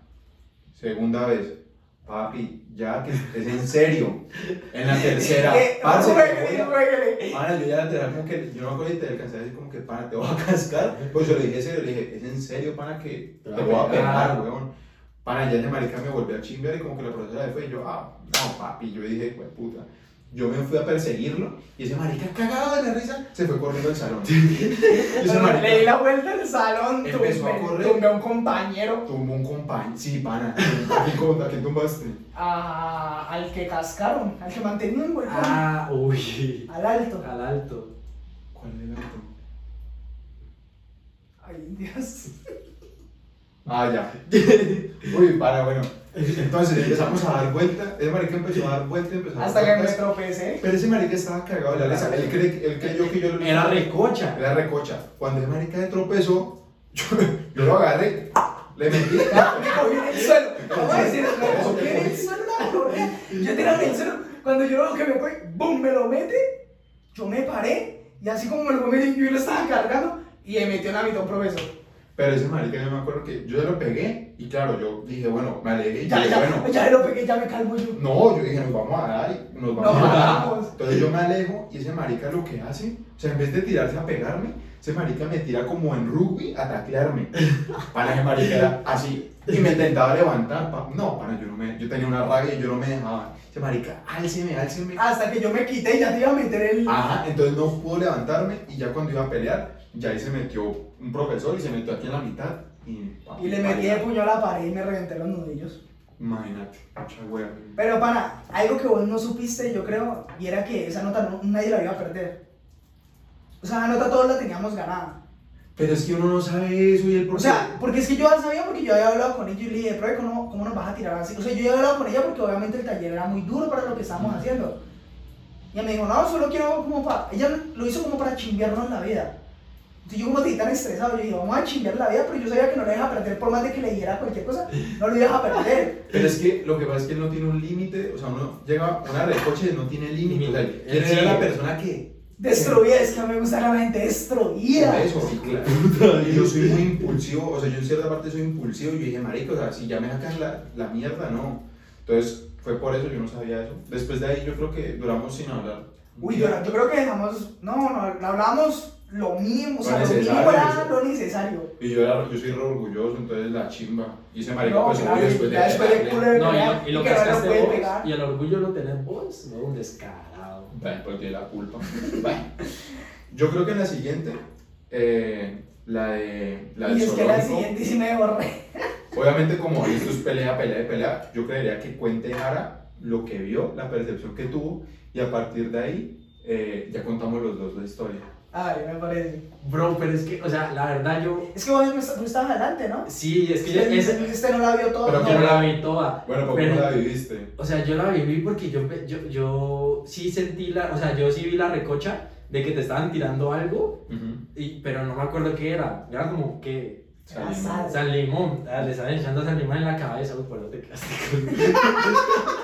A: segunda vez. Papi, ya, que es en serio. En la tercera.
C: Eh,
A: parce, te voy
C: ruéguele,
A: a-
C: ruéguele.
A: Ahora yo ya literal como que, yo no me acuerdo y te alcancé a decir como que, pana, te voy a cascar. Pues yo le dije serio, le dije, es en serio, pana, que te voy a pegar, weón. Pana, ya ese marica me volvió a chingar y como que la profesora se fue y yo, ah, no, papi, yo dije, pues puta. Yo me fui a perseguirlo y ese marica cagado de la risa se fue corriendo al salón. Y ese
C: Pero Le di
A: marica
C: la vuelta al salón,
A: Empezó a
C: tumbé-
A: correr.
C: tumbé a un compañero
A: tumbó un compañero. Sí, pana, ¿a quién, cómo- a quién tumbaste?
C: a- al que cascaron, al que mantenía un huecón,
B: Ah, uy.
C: al alto.
B: Al alto.
A: ¿Cuál era el otro?
C: Ay, Dios.
A: Ah, ya. Uy, pana, bueno. Entonces empezamos a dar vuelta. Ese marica empezó a dar vuelta, empezó a dar
C: Hasta que me
A: vueltas.
C: tropecé.
A: Pero ese marica estaba cagado de la risa. Él, cree, él creyó que yo lo-
B: Era recocha.
A: Era recocha. Cuando ese marica de tropezó, yo, yo lo agarré, le metí.
C: Me cogí en el suelo. Vamos a decir, me cogí en el suelo la correa. Yo tiraba en el suelo. Cuando yo lo que me fue, ¡bum! Me lo mete. Yo me paré. Y así como me lo comí, yo lo estaba cargando. Y me metió en la mitad un profesor.
A: Pero ese marica, yo me acuerdo que yo se lo pegué. Y claro, yo dije, bueno, me alegré. Y yo
C: Ya,
A: dije,
C: ya,
A: bueno,
C: ya lo pegué, ya me calmo yo.
A: no, yo dije, nos vamos a dar y nos vamos
C: Nos
A: a dar.
C: matamos.
A: Entonces yo me alejo y ese marica lo que hace, o sea, en vez de tirarse a pegarme, ese marica me tira como en rugby a taclearme. Para ese marica era así. Y me intentaba levantar. pa- No, para yo no me. Yo tenía una rabia y yo no me dejaba. Ese marica, álceme, álceme.
C: Hasta que yo me quité y ya te iba a meter el.
A: Ajá, entonces no pudo levantarme y ya cuando iba a pelear, ya ahí se metió un profesor y se metió aquí en la mitad y...
C: Y le metí el puño a la pared y me reventé los nudillos.
A: Imagínate, mucha wea.
C: Pero pana, algo que vos no supiste, yo creo, y era que esa nota no- nadie la iba a perder. O sea, la nota todos la teníamos ganada.
A: Pero es que uno no sabe eso y el
C: O
A: profesor...
C: sea, porque es que yo ya sabía porque yo había hablado con ella y le dije, profe, ¿cómo, ¿cómo nos vas a tirar así? O sea, yo ya había hablado con ella porque obviamente el taller era muy duro para lo que estábamos haciendo. Y ella me dijo, no, solo quiero como para... Ella lo hizo como para chimbearnos la vida. Entonces yo como te tan estresado, yo dije, vamos a chimbear la vida, pero yo sabía que no la iba a perder por más de que le dijera cualquier cosa, no lo ibas a perder.
A: Pero es que lo que pasa es que él no tiene un límite, o sea, uno llega a una recoche y no tiene límite. O sea,
B: Límite.
A: él
B: Sí.
A: era la persona que...
C: Destruida, es que a mí me gusta la gente destruida.
A: Por eso, sí, claro. Y yo soy muy impulsivo, o sea, yo en cierta parte soy impulsivo y yo dije, marico, o sea, si ya me sacas la, la mierda, no. Entonces, fue por eso, yo no sabía eso. Después de ahí yo creo que duramos sin hablar.
C: Uy, yo, yo creo que dejamos, no, no, hablamos lo mínimo, o sea,
A: Lo
C: lo, mínimo
A: necesario,
C: era
A: sí.
C: lo necesario.
A: Y yo, era, yo soy re orgulloso, entonces la chimba. Y ese marica,
C: No,
A: pues
C: claro,
A: obvio, después de
C: ya después de
A: pegarle,
C: culo de-
B: No, y lo, y lo
C: Que no lo
B: cascaste
C: puede
B: vos,
C: pegar.
B: Y el orgullo lo tenés vos. No, un descarado.
A: bueno, pues tiene la culpa. Bueno, yo creo que en la siguiente, eh, la de la del
C: y es que la
A: zoológico,
C: siguiente sí me borré.
A: obviamente como esto es pelea, pelea y pelea, yo creería que cuente Jara lo que vio, la percepción que tuvo, y a partir de ahí eh, ya contamos los dos la historia.
C: Ay, me parece.
B: Bro, pero es que, o sea, la verdad yo.
C: Es que vos, no est- vos estabas adelante, ¿no?
B: Sí, es que yo,
C: Usted-
B: es,
C: usted no la vio todo.
A: Pero
C: no.
B: yo no la vi toda.
A: Bueno, ¿por
B: Pero-
A: cómo la viviste?
B: O sea, yo la viví porque yo, pe- yo, yo sí sentí la. O sea, yo sí vi la recocha de que te estaban tirando algo,
A: Ujú.
B: y, pero no me acuerdo qué era. Era como que.
A: San
C: Ah,
A: Limón.
C: sal.
B: San Limón, ah, le están echando San Limón en la cabeza, uy, por eso te quedaste con-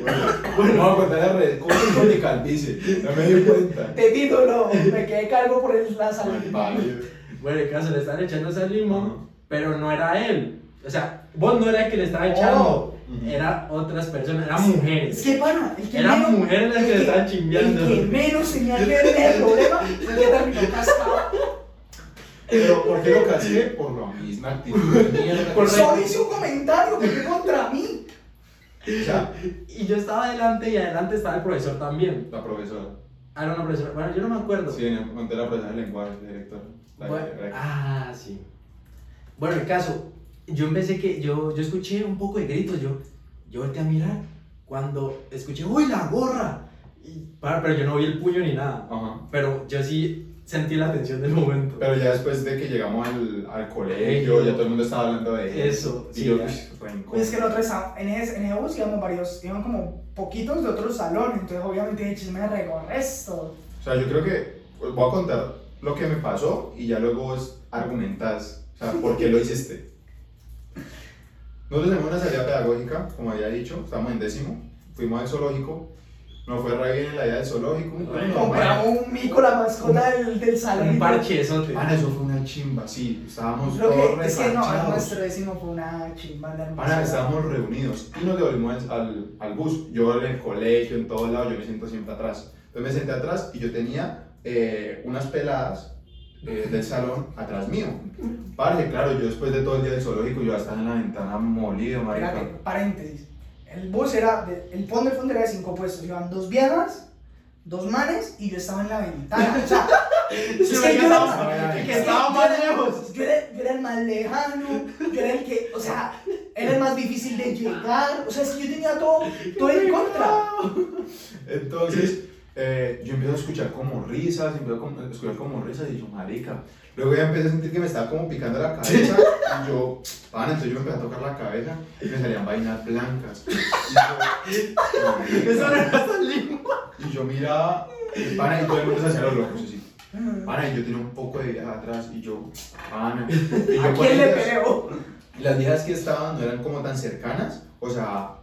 A: Bueno, bueno, vamos a contar la red. ¿Cómo es con mi calvicie? No me di cuenta.
C: Te titulo, me quedé cargo por el, la
A: Mal
C: salud.
A: parido.
B: Bueno, el caso, le están echando San Limón, pero no era él. O sea, vos no era el que le estaba echando,
A: Ujú.
B: era otras personas, eran mujeres.
C: Es que pana, el que
B: Eran
C: menos-
B: mujeres las
C: el
B: que le estaban chimbeando.
C: El que menos tenía que ver en el problema fue el que terminó casado.
A: Pero ¿por qué lo casqué? Por la misma actitud de mierda.
B: Por
A: O
C: Solo hice un comentario que fue contra mí.
A: sea,
B: Y yo estaba adelante y adelante estaba el profesor también.
A: la profesora.
B: Ah, era una profesora, bueno, yo no me acuerdo.
A: Sí, en el- conté la profesora de lenguaje, directora. La
B: Bueno,
A: que- la que-
B: ah, sí. Bueno, el caso, yo empecé que, yo, yo escuché un poco de gritos, yo, yo volteé a mirar cuando escuché, ¡Uy, la gorra! Y, para, pero yo no vi el puño ni nada,
A: Ajá.
B: pero yo sí sentí la tensión del momento.
A: Pero ya después de que llegamos al, al colegio, ya todo el mundo estaba hablando de
B: Eso,
A: Y
B: sí,
A: yo,
B: ya.
A: "Uy, fue incómodo".
C: Pues es que nosotros estábamos- en ese, en ese bus íbamos varios, iban como poquitos de otros salones, entonces obviamente el chisme resto
A: O sea, yo creo que os voy a contar lo que me pasó y ya luego vos argumentás, o sea, por qué lo hiciste. Nosotros tenemos una salida pedagógica, como había dicho, estamos en décimo, fuimos al zoológico, nos fue re bien en la idea del zoológico.
B: Bueno,
A: no,
C: Compramos un mico, la mascota del, del salón. y
B: Un
C: todo.
B: parchezote.
A: Pana, eso fue una chimba, sí, estábamos
C: Lo
A: todos
C: que es que no,
A: reparchados.
C: nuestro décimo fue una chimba de
A: Pana,
C: hermosa.
A: estábamos reunidos y nos devolvimos al, al, al bus. Yo en el colegio, en todos lados, yo me siento siempre atrás. Entonces me senté atrás y yo tenía eh, unas peladas eh, del salón atrás mío. Parce, claro, yo después de todo el día del zoológico, yo ya estaba en la ventana molido,
C: Espérate,
A: marica.
C: paréntesis. El bus era, de- el fondo del fondo era de cinco puestos. Iban dos viejas, dos manes y yo estaba en la ventana. O sea, es
B: Sí,
C: que
B: marica,
C: yo era-
B: estaba-
C: es
A: que
C: que
B: estaba
C: yo
B: más
C: era-
B: lejos.
C: Yo era, yo era el más lejano, yo era el que, o sea, era el más difícil de llegar. O sea, es que yo tenía todo, todo en contra.
A: Entonces, eh, yo empiezo a escuchar como risas, empiezo a com- a escuchar como risas y yo, marica. Luego ya empecé a sentir que me estaba como picando la cabeza y yo, pana, entonces yo me empecé a tocar la cabeza y me salían vainas blancas. Y yo,
B: Eso no era San Limón.
A: y yo miraba, y pana, y todo el mundo se hacía los locos así. Pana, y yo tenía un poco de viejas atrás y yo, pana. Y yo
C: ¿A
A: con
C: quién le
A: ellas-
C: peleó?
A: y las viejas que estaban no eran como tan cercanas, o sea,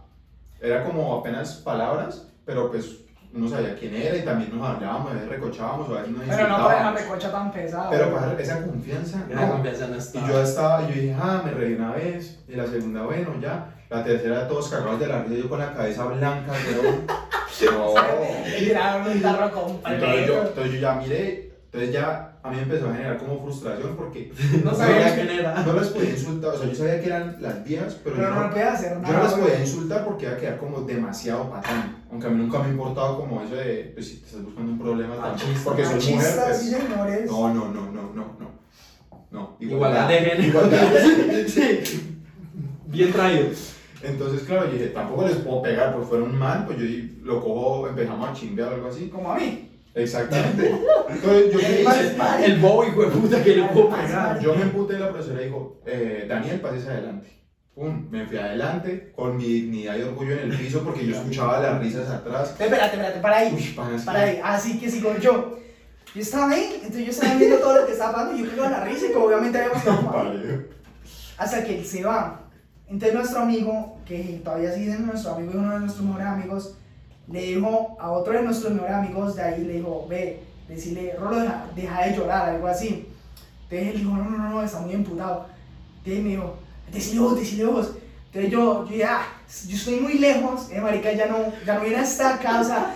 A: era como apenas palabras, pero pues uno sabía quién era y también nos hablábamos, a veces recochábamos, a veces nos
C: Pero no para
A: insultábamos.
C: dejarme cocha tan pesada.
A: Pero para esa confianza,
B: La
A: no.
B: confianza no
A: Y
B: estaba.
A: yo estaba, yo dije, ah, me reí una vez, y la segunda, bueno, ya. La tercera, todos cagados de la risa, yo con la cabeza blanca, weón. No.
C: Me tiraron un tarro
A: Entonces yo,
C: completo.
A: entonces yo ya miré, entonces ya a mí me empezó a generar como frustración porque
B: no
A: sabía
B: sabía quién era.
A: no las podía insultar, o sea, yo sabía que eran las viejas, pero,
C: Pero
A: yo
C: no me podía hacer
A: yo
C: nada.
A: no las
C: güey.
A: podía insultar porque iba a quedar como demasiado patán. Aunque a mí nunca me ha importado como eso de, pues si te estás buscando un problema, tan-
B: Machista,
A: porque soy mujer.
C: Machistas,
A: pues,
C: sí, señores.
A: no, no, no, no, no, no. No,
B: Igualdad de género.
A: Igualdad.
B: Sí. Bien traído.
A: Entonces, claro, yo dije, tampoco les puedo pegar porque fuera un man, pues yo di- lo cojo, empezamos a chingar o algo así.
C: Como a mí.
A: Exactamente. Entonces yo
C: El man es
A: dije,
C: man.
B: El bobo, hijo de puta, que le puedo pegar.
A: yo me emputé y la profesora dijo, eh, Daniel, pases adelante. Pum, me fui adelante con mi dignidad y orgullo en el piso porque yo escuchaba las risas atrás.
C: Espérate, espérate, para ahí.
A: Uy, pana, es que-
C: Para ahí, así que sigo yo. Yo estaba ahí, entonces yo estaba viendo todo lo que estaba pasando y yo pego la risa y como obviamente habíamos tomado.
A: Vale.
C: Hasta que él se va. Entonces nuestro amigo, que todavía sigue siendo nuestro amigo y uno de nuestros mejores amigos, le dijo a otro de nuestros mejores amigos de ahí, le dijo, ve, decirle, Rolo, deja, deja de llorar, algo así. Entonces él dijo, no, no, no, no, está muy emputado. Entonces me dijo, decile vos, decile vos. Entonces yo, yo dije, ah, yo estoy muy lejos, eh, marica, ya no, ya no viene hasta acá, o sea,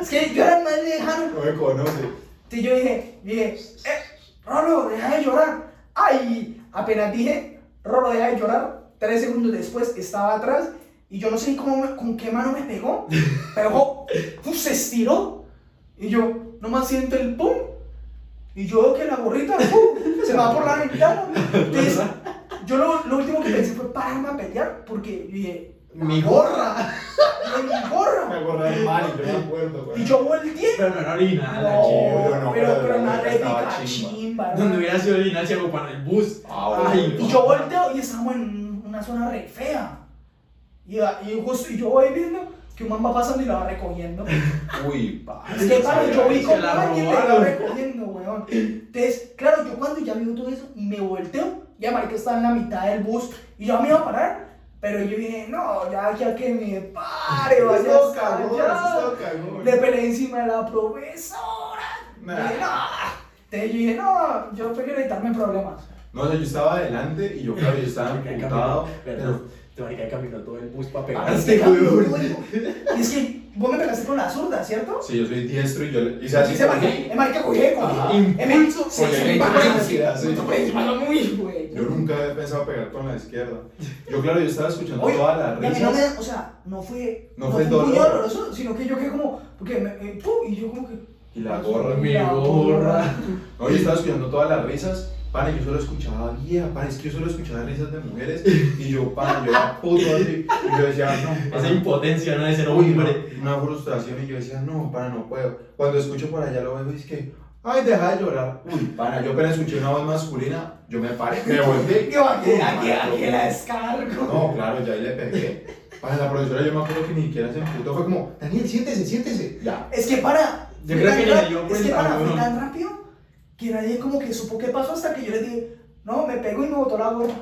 C: es que yo era el más lejano.
A: No me conoce.
C: Entonces yo dije, dije, eh, Rolo, deja de llorar. Ay, apenas dije, Rolo, deja de llorar. Tres segundos después estaba atrás y yo no sé cómo me- con qué mano me pegó, pero jo, uf, se estiró y yo nomás siento el pum y yo veo que la gorrita ¡pum! se me va por la ventana. Entonces, yo lo, lo último que pensé fue pararme a pelear porque yo dije,
B: Mi
C: gorra, Yo dije, mi
A: Me
C: gorra.
A: acordé del mal y yo me acuerdo. güey.
C: Y yo volteé
B: Pero no era original,
C: no,
B: chivo.
A: Ah, yo no,
C: pero,
A: pero
C: pero
A: la
C: una
A: neta
C: réplica
A: estaba chimba.
C: chimba. ¿no?
B: Donde hubiera sido original, chivo, para el bus.
A: Ah,
B: Ay,
A: bueno.
C: Y yo volteo ah, y estamos en una zona re fea. Y, y, justo- y yo voy viendo que un man va pasando y la va recogiendo.
A: Uy, pa.
C: Es que, claro, yo vi
B: Se
C: como
B: la
C: alguien le va
B: robaron.
C: recogiendo, weón. Entonces, claro, yo cuando ya vi todo eso, me volteo, ya marica estaba en la mitad del bus y yo "Ah, me iba a parar, pero yo dije, no, ya, ya que me pare,
A: Pero
C: vaya
A: eso es
C: hasta
A: cagón,
C: allá.
A: eso es cagón.
C: Le peleé encima de la profesora.
A: Nah.
C: Dije, no. Entonces yo dije, no, yo prefiero evitarme problemas.
A: No, o sea, yo estaba adelante y yo, claro, yo estaba
B: Marica,
A: emputado.
B: caminó-
A: Pero
B: Perdón, te marica caminó todo el bus para
A: Ah,
B: pegar.
A: Este
C: cabrón,
A: huevón.
C: Y es que vos me pegaste con la zurda, ¿cierto?
A: si yo soy diestro y yo le hice
C: Y
A: así.
C: ese
A: como
C: marica,
A: que-
C: el marica cogió,
A: Ajá.
C: cogió. Impulso,
A: Con el
C: sí,
A: impulso,
C: sí,
A: sí,
C: sí,
A: sí.
C: sí. Pues, mano, muy, güey.
A: Yo nunca había pensado pegar con la izquierda. Yo, claro, yo estaba escuchando
C: Oye,
A: todas las
C: Y a mí no me,
A: risas.
C: o sea, no fue,
A: No fue
C: un puño
A: dolor.
C: doloroso, sino que yo quedé como, porque me, eh, pum, y yo como que,
A: Y la gorra.
B: Mi gorra.
A: No, yo estaba escuchando todas las risas. Pana, yo solo escuchaba vieja, pana, es que yo solo escuchaba risas de mujeres. Y yo, pana, yo era puto así. Y yo decía, no, pana,
B: Esa impotencia, ¿no? De ser
A: Uy, una,
B: hombre.
A: una frustración y yo decía, no, para, no puedo. Cuando escucho por allá lo veo y es que, ay, deja de llorar. Uy, para, yo apenas escuché una voz masculina, yo me paré, me volteé.
C: que va,
A: Uy,
C: que la, que la,
A: marica,
C: que la descargo.
A: No, claro, ya ahí le pegué. Para la profesora yo me acuerdo que ni siquiera se emputó, fue como, Daniel, siéntese, siéntese. Ya.
C: Es que para,
B: Yo
C: fue
B: creo
C: tan
B: que le
C: ra-
B: dio
C: es que
B: cuenta,
C: para, fue
B: weón.
C: tan rápido que nadie como que supo qué pasó hasta que yo les dije, no, me pegó y me botó la gorra.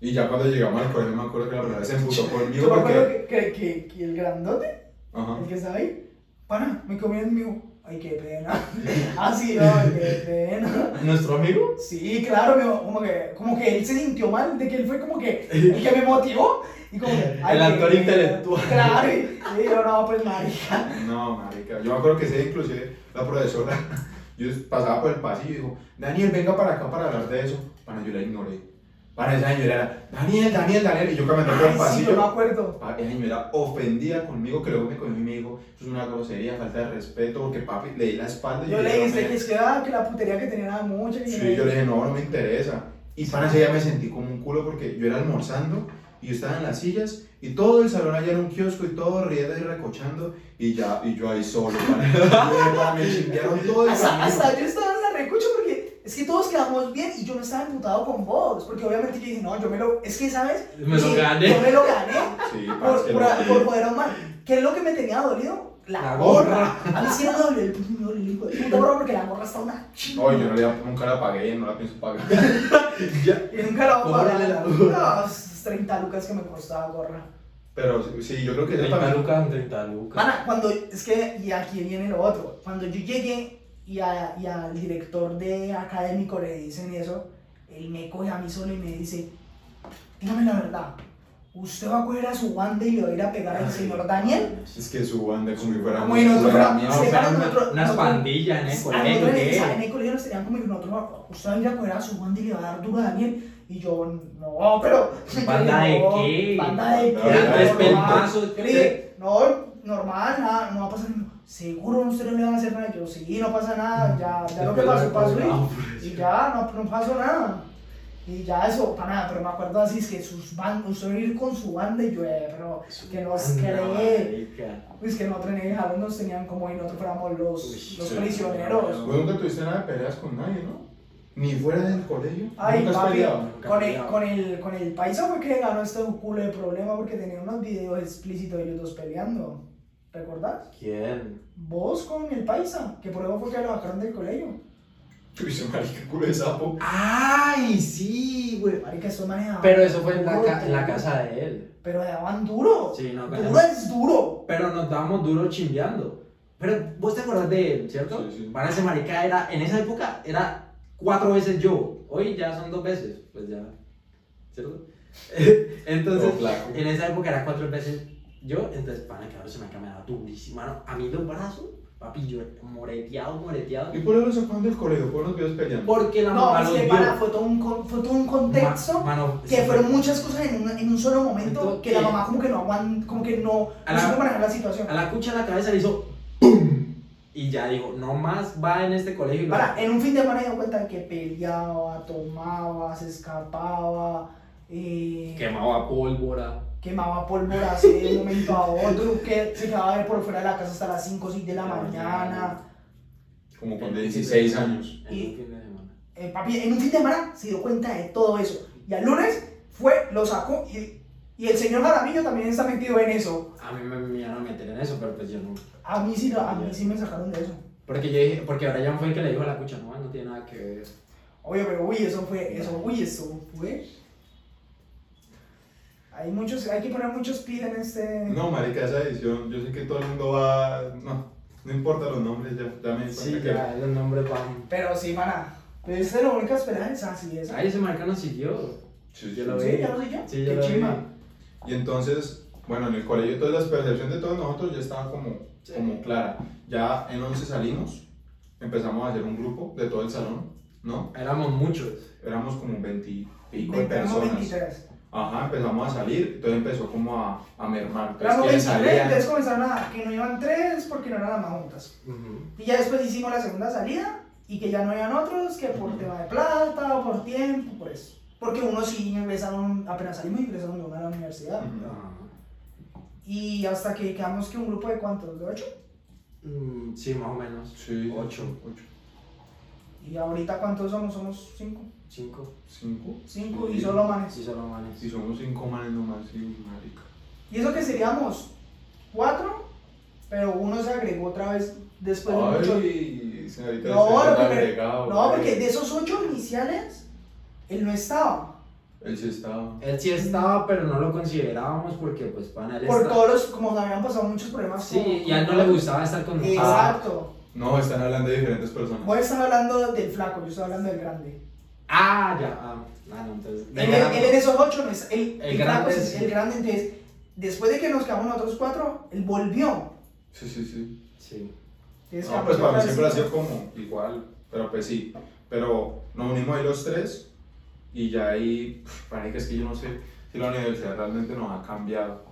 A: Y ya cuando llegamos al colegio me acuerdo que la profesora se emputó
C: Yo
A: conmigo
C: me acuerdo
A: porque...
C: que, que, que, que el grandote,
A: Ajá.
C: el que estaba ahí, para, me comió en mi, ay, qué pena. Así, no, qué pena.
B: ¿Nuestro amigo?
C: Sí, claro, me- como que, como que él se sintió mal, de que él fue como que el que me motivó. Y como que, ay,
B: El actor
C: que-
B: intelectual.
C: Claro, y, y yo no, pues marica.
A: No, marica. Yo me acuerdo que ese, inclusive, la profesora, yo pasaba por el pasillo y dijo, Daniel, venga para acá para hablar de eso. Para yo la ignoré. Para esa señora era, Daniel, Daniel, Daniel. Y yo caminando por el
C: Ay, sí, yo me
A: pasillo.
C: acuerdo.
A: pa- Esa señora ofendida conmigo, que luego me cogió y me dijo, eso es una grosería, falta de respeto, porque papi, le di la espalda. y
C: Yo le dije,
A: no
C: que
A: me-
C: es que, ah, que la putería que tenía era mucha. que
A: Sí, yo le dije, no, no me interesa. Y para ese día me sentí como un culo porque yo era almorzando y yo estaba en las sillas y todo el salón allá era un kiosco y todo riendo y recochando y ya, y yo ahí solo. pana. Y de pana, me chingaron todo el
C: hasta,
A: camino.
C: hasta yo estaba en la recocha porque es que todos quedamos bien y yo no estaba emputado con vos. Porque obviamente yo dije, no, yo me lo, es que, ¿sabes?
B: Me lo
C: Sí,
B: gané.
C: Yo me lo gané.
A: Sí, pana, es
C: por,
A: que
C: por,
A: no-
C: por poder ahumar. ¿Qué es lo que me tenía dolido? La,
B: La
C: gorra. A mí sí no me dolió el puño, el hijo de puta, bro, porque la gorra está una chingada.
A: No, yo no le- nunca la pagué, no la pienso pagar.
B: Ya.
C: Y nunca la voy a pagar.
B: Cóbrale la gorra.
C: No, esas 30 lucas que me costaba gorra.
A: Pero sí, yo creo que eso
B: 30
A: también.
B: lucas, 30 lucas.
C: Mana, cuando, es que, y aquí viene lo otro. Cuando yo llegué y, a- y al director de académico le dicen eso, él me coge a mí solo y me dice, dígame la verdad, ¿usted va a coger a su banda y le va a ir a pegar al señor Daniel?
A: Es que su banda conmigo era
C: Como y nosotros,
A: era mía,
C: se
A: o sea,
C: pararon
A: una-
C: nosotros-
B: Unas
C: nosotros-
B: pandillas, ¿eh?
C: A
B: Colegio,
C: nosotros en- o sea,
B: ¿qué?
C: en el colegio nos tenían como que nosotros, usted va a ir a coger a su banda y le va a dar duro a Daniel. Y yo, no, pero.
B: ¿Banda de
C: no,
B: qué?
C: ¿Banda de qué?
A: Eran tres
C: No,
B: pelmazos,
C: normal. Yo le dije, no, normal, nada, no va a pasar nada. Seguro ustedes no le van a hacer nada. Yo, sí, no pasa
B: Mm.
C: nada, Ah, ya, ya lo que pasó, pasó. y- Y ya, no, no pasó nada. Y ya eso, para nada, pero me acuerdo así, es que sus bandas, usted ir con su banda y yo, eh, pero que nos cree. Pues que nosotros en el jalón nos tenían como y nosotros fuéramos los,
B: Uy,
C: los
A: sí.
C: prisioneros.
A: Vos nunca tuviste nada de peleas con nadie, ¿no? Ni fuera del colegio.
C: Ay,
A: nunca has
C: papi,
A: peleado.
C: con el, con, el, con el paisa fue que ganó este culo de problema porque tenía unos videos explícitos de ellos dos peleando. ¿Recordás?
B: ¿Quién?
C: Vos con el paisa, que por eso fue que lo sacaron del colegio.
A: Tuviste marica culo de sapo.
B: ¡Ay, sí, güey!
C: Marica, esto manejaba.
B: Pero eso fue en la, ca- en la casa de él.
C: Pero daban duro.
B: Sí, no,
C: Duro es duro.
B: pero nos dábamos duro chimbeando. Pero vos te acordás de él, ¿cierto?
A: Sí, sí.
B: Para ese marica era, en esa época era cuatro veces yo. Hoy ya son dos veces, pues ya. ¿Cierto? entonces,
A: Todo flaco.
B: en esa época era cuatro veces yo, entonces para que ahora se me caminaba durísimo. mano. a mí los brazos, papi, yo moreteado, moreteado.
A: ¿Y por eso lo sacaron del colegio? ¿Por qué nos vio peleando?
B: Porque la
C: No,
B: mamá
C: es
B: los
C: que
B: vio.
C: para, fue todo un, con- fue todo un contexto.
B: Ma- mano,
C: que
B: sí,
C: fueron muchas cosas en, una- en un solo momento
B: Entonces,
C: que la
B: ¿qué?
C: mamá como que no aguanta, como que no,
B: A
C: no
B: la-
C: supo manejar la situación.
B: A la cucha de la cabeza le hizo ¡pum! Y ya dijo, no más va en este colegio. y lo-
C: Para, en un fin de semana dio cuenta que peleaba, tomaba, se escapaba, eh,
B: Quemaba pólvora.
C: quemaba pólvora así de un momento a otro, que se quedaba de por fuera de la casa hasta las 5 o 6 de la mañana.
A: Como con 16 años.
B: En
C: Y-
B: un fin de semana.
C: Eh, papi, en un fin de semana se dio cuenta de todo eso. Y al lunes fue, lo sacó y, y Y el señor Jaramillo también está metido en eso.
B: A mí me me iban a meter en eso, pero pues yo no.
C: A mí sí, a mí sí me sacaron de eso.
B: Porque yo dije, porque Brian fue el que le dijo a la cucha, no, no tiene nada que ver.
C: Obvio, pero uy, eso fue, eso, uy, eso fue. Hay muchos, hay que poner muchos pies en este.
A: No, marica, esa edición, yo sé que todo el mundo va... No, no importa los nombres, ya, ya me di cuenta
B: Sí,
A: que...
B: ya, los nombres van.
C: Pero sí, mana. Pero esa es la única esperanza, sí, esa.
B: Ay, ese marca nos siguió.
A: Sí, sí,
B: Yo lo
A: sí.
C: ¿Sí? ¿Ya lo sé yo?
B: Sí, yo
C: Qué
B: lo vi.
C: chimba.
A: Y entonces, bueno, en el colegio, entonces la percepción de todos nosotros ya estaba como,
B: Sí.
A: como clara. Ya en 11 salimos, empezamos a hacer un grupo de todo el salón, ¿no?
B: Éramos muchos.
A: Éramos como 20 y pico de
C: Éramos
A: personas.
C: 23.
B: Pues
A: Ajá, empezamos a salir, entonces empezó como a, a mermar. pues,
C: Éramos
A: quienes
C: 23,
A: salían.
C: entonces comenzaron a que no iban tres porque no eran las más juntas. Y ya después hicimos la segunda salida y que ya no habían otros, que por
A: Ujú.
C: tema de plata, o por tiempo, por eso. Porque unos sí ingresaron, apenas salimos, ingresaron de una a la universidad.
A: Ujú.
B: Ajá.
C: Y hasta que quedamos que un grupo de cuántos, de ocho.
B: Mm, sí, más o menos.
A: Sí,
B: Ocho.
A: ocho.
C: Y ahorita cuántos somos, somos cinco.
B: Cinco.
A: Cinco.
C: Cinco y
A: Sí.
C: solo manes.
B: Sí, solo manes.
A: Si somos cinco manes nomás, sí, marica.
C: Y eso que seríamos cuatro, pero uno se agregó otra vez después de Pues mucho
A: Ay, señorita,
C: No,
A: usted
C: lo
A: está
C: que-
A: agregado,
C: No,
A: güey.
C: porque de esos ocho iniciales, él no estaba.
A: Él sí estaba.
B: Él sí estaba, pero no lo considerábamos porque, pues, pana, él
C: Por
B: está-
C: todos los, como habían pasado muchos problemas.
B: Sí,
C: con-
B: y a él no le gustaba estar con nosotros.
C: Exacto.
A: No, están hablando de diferentes personas.
C: Vos estás hablando del flaco, yo estoy hablando del grande.
B: Ah, ya. Ah, ah, no, entonces.
C: Él, él- él en esos ocho no es. El,
B: El
C: el flaco
B: grande,
C: es
B: sí.
C: el grande, entonces, después de que nos quedamos nosotros cuatro, él volvió.
A: Sí, sí, sí.
B: Sí.
A: No,
C: Entonces, quedamos
A: pues para mí
C: otra
A: siempre ha
C: vez
A: sido como igual, pero pues sí. Pero nos unimos ahí los tres y ya ahí, para que es que yo no sé si la universidad realmente nos ha cambiado.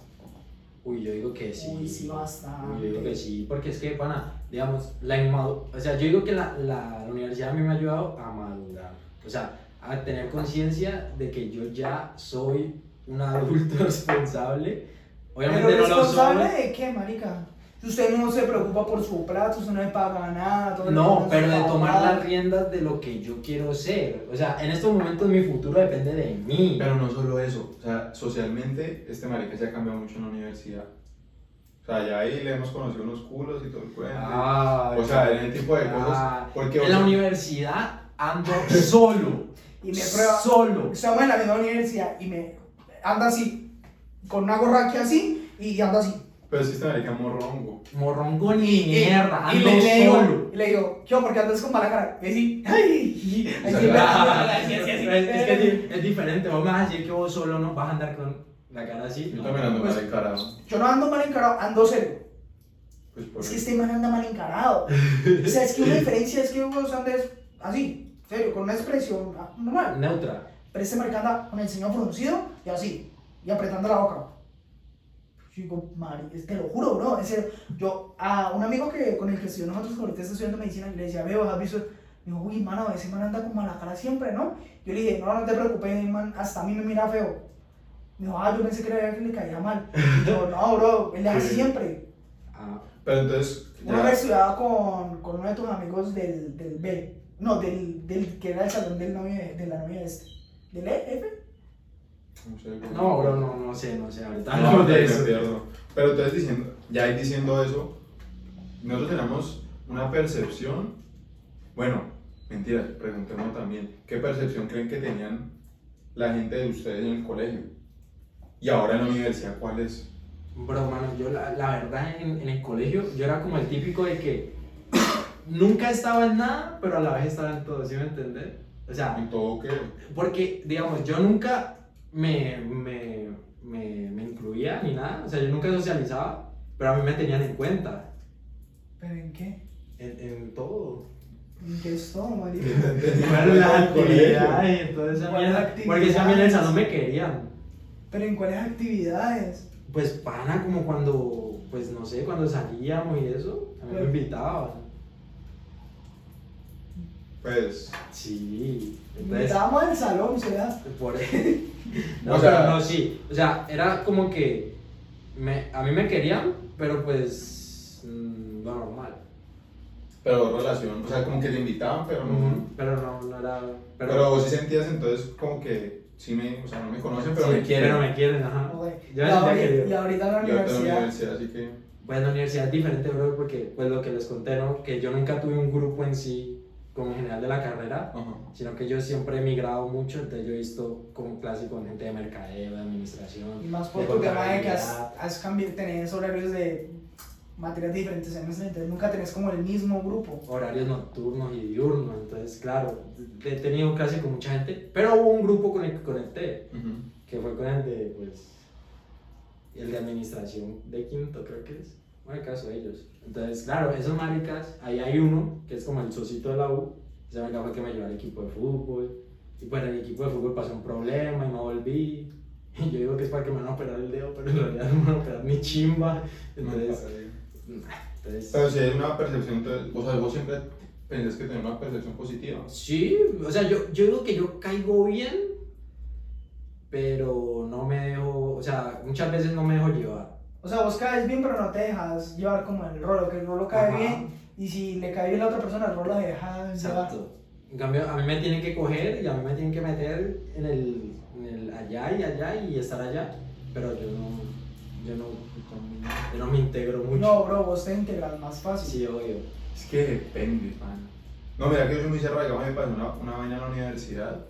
B: Uy, yo digo que sí.
C: cinco. Uy, sí,
B: Yo digo que
C: bastante.
B: sí, porque es que, pana, digamos, la inmadu- o sea, yo digo que la, la universidad a mí me ha ayudado a madurar, o sea, a tener conciencia de que yo ya soy un adulto responsable, obviamente
C: Pero
B: no lo
C: responsable
B: soy,
C: de qué, marica? Si usted no se preocupa por su plato, usted no le paga nada. todo el mundo
B: no,
C: es
B: pero de tomar
C: trabajador.
B: las riendas de lo que yo quiero ser, o sea, en estos momentos mi futuro depende de mí,
A: Pero no solo eso, o sea, socialmente este marica se ha cambiado mucho en la universidad. O sea, ya ahí le hemos conocido unos culos y todo el cuento.
B: Ah,
A: o sea, en el tipo de cosas.
B: ah,
A: porque o
B: en la
A: sea,
B: universidad ando solo,
C: Y me prueba.
B: solo,
C: Estamos en la misma universidad y me anda así, con una gorra aquí así y anda así.
A: Pero sí este marica es morrongo.
B: morrongo ni
C: Y,
B: mierda,
C: y
B: ando
C: le, le digo-
B: solo.
C: y le digo, ¿qué? ¿Por qué andas con mala cara? Y así, ¡ay!
A: O
C: Así,
A: sea,
C: así, así,
B: Es
C: así.
B: es que es di- es diferente, vos me vas a decir que vos solo no vas a andar con la cara así.
A: Yo también ando
C: Pues-
A: mal encarado.
C: Yo no ando mal encarado, ando serio.
A: Pues por
C: Es que
A: eso.
C: este man anda mal encarado. O sea, es que una diferencia es que Hugo Sánchez es así, serio, con una expresión ah, normal.
B: Neutra.
C: Pero este marica anda con el ceño producido y así, y apretando la boca. Yo digo, "Mari, es- te lo juro, bro. En serio, yo a un amigo que, con el que estudió nosotros, que ahorita está estudiando medicina, yo le decía, veo, ¿has visto? Me dijo, uy, mano, ese man anda con mala cara siempre, ¿no? Yo le dije, no, no te preocupes, man, hasta a mí me mira feo. Me dijo, ah, yo pensé que era que le caía mal. Y yo, no, bro, él le hace
A: Sí.
C: siempre.
B: Ah,
A: Pero entonces,
C: Una vez
A: ya,
C: estudiaba con, con uno de tus amigos del, del B, no, del, del que era el salón del novio, de de la novia este. ¿Del E, F?
A: no sé, güey.
B: no, bro, no, no sé, no sé. Ahorita
A: No,
B: hablamos de
A: me
B: eso.
A: pierdo. Pero entonces diciendo, ya ahí diciendo eso, nosotros tenemos una percepción, bueno, mentira, preguntemos también, ¿qué percepción creen que tenían la gente de ustedes en el colegio? Y ahora en la universidad, ¿cuál es?
B: Bro, mano, yo la, la verdad en, en el colegio yo era como el típico de que nunca estaba en nada, pero a la vez estaba en todo, ¿sí me entendés? O sea,
A: ¿En todo qué?
B: Porque, digamos, yo nunca me, me, me, me incluía ni nada, o sea, yo nunca socializaba, pero a mí me tenían en cuenta,
C: ¿Pero en qué?
B: en, en todo.
C: ¿En qué es todo, marica?
B: Bueno, las
A: En el colegio.
B: actividades, entonces a mí
C: ¿Cuáles
B: era- porque si a mí en el
C: actividades?
B: salón me querían.
C: ¿Pero en cuáles actividades?
B: Pues pana, como cuando, pues no sé, cuando salíamos y eso, a mí me
C: Pero-
B: invitaban.
A: Pues,
B: Sí, entonces,
C: Estábamos en el salón, o sea,
B: por No,
A: O
B: pero
A: sea-
B: no, sí, o sea, era como que me, a mí me querían, pero pues, mm, lo normal.
A: pero relación, o sea, como que te invitaban, pero no.
B: Pero pues no, no era.
A: Pero vos sí sentías entonces como que sí me, o sea, no me conocen, pero
B: Sí,
A: me quieren.
B: Pero me quieren, ajá.
C: Joder.
B: Yo
C: y,
B: me sentía
C: ahorita,
B: querido.
C: y ahorita en la
A: Y ahorita en la
C: universidad,
A: universidad, así que
B: Bueno, la universidad es diferente, bro, porque pues lo que les conté, ¿no? Que yo nunca tuve un grupo en sí, como general de la carrera,
A: Ajá.
B: sino que yo siempre he migrado mucho, entonces yo he visto como clase con gente de mercadeo, de administración.
C: y más por
B: de
C: tu tema de que has,
B: contabilidad.
C: has cambiado, tenés horarios de materias de diferentes semestres, entonces nunca tenés como el mismo grupo.
B: horarios nocturnos y diurnos, entonces claro, he tenido clase con mucha gente, pero hubo un grupo con el que conecté,
A: ujú.
B: que fue con el de, pues, el de administración de quinto, creo que es, bueno, el caso de ellos. Entonces, claro, esos maricas, ahí hay uno, que es como el socito de la U, ese marica fue el que me llevó al equipo de fútbol, y pues en el equipo de fútbol pasó un problema y me volví, y yo digo que es para que me van a operar el dedo, pero en realidad no me van a operar mi chimba, entonces, entonces
A: Pero si hay una percepción, entonces, o sea, vos siempre pensás que tenés una percepción positiva.
B: Sí, o sea, yo, yo digo que yo caigo bien, pero no me dejo, o sea, muchas veces no me dejo llevar.
C: O sea, vos caes bien, pero no te dejas llevar como el rolo, que el rolo cae
B: Ajá,
C: bien, y si le cae bien a la otra persona, el rolo se deja llevar.
B: Exacto. En cambio, a mí me tienen que coger y a mí me tienen que meter en el, en el allá y allá y estar allá, pero yo no, yo no, yo no me integro mucho.
C: No, bro, vos te integras más fácil.
B: Sí, obvio.
A: Es que depende, man. No, mira que yo soy muy cerrado, digamos, me pasó una, una vaina en la universidad.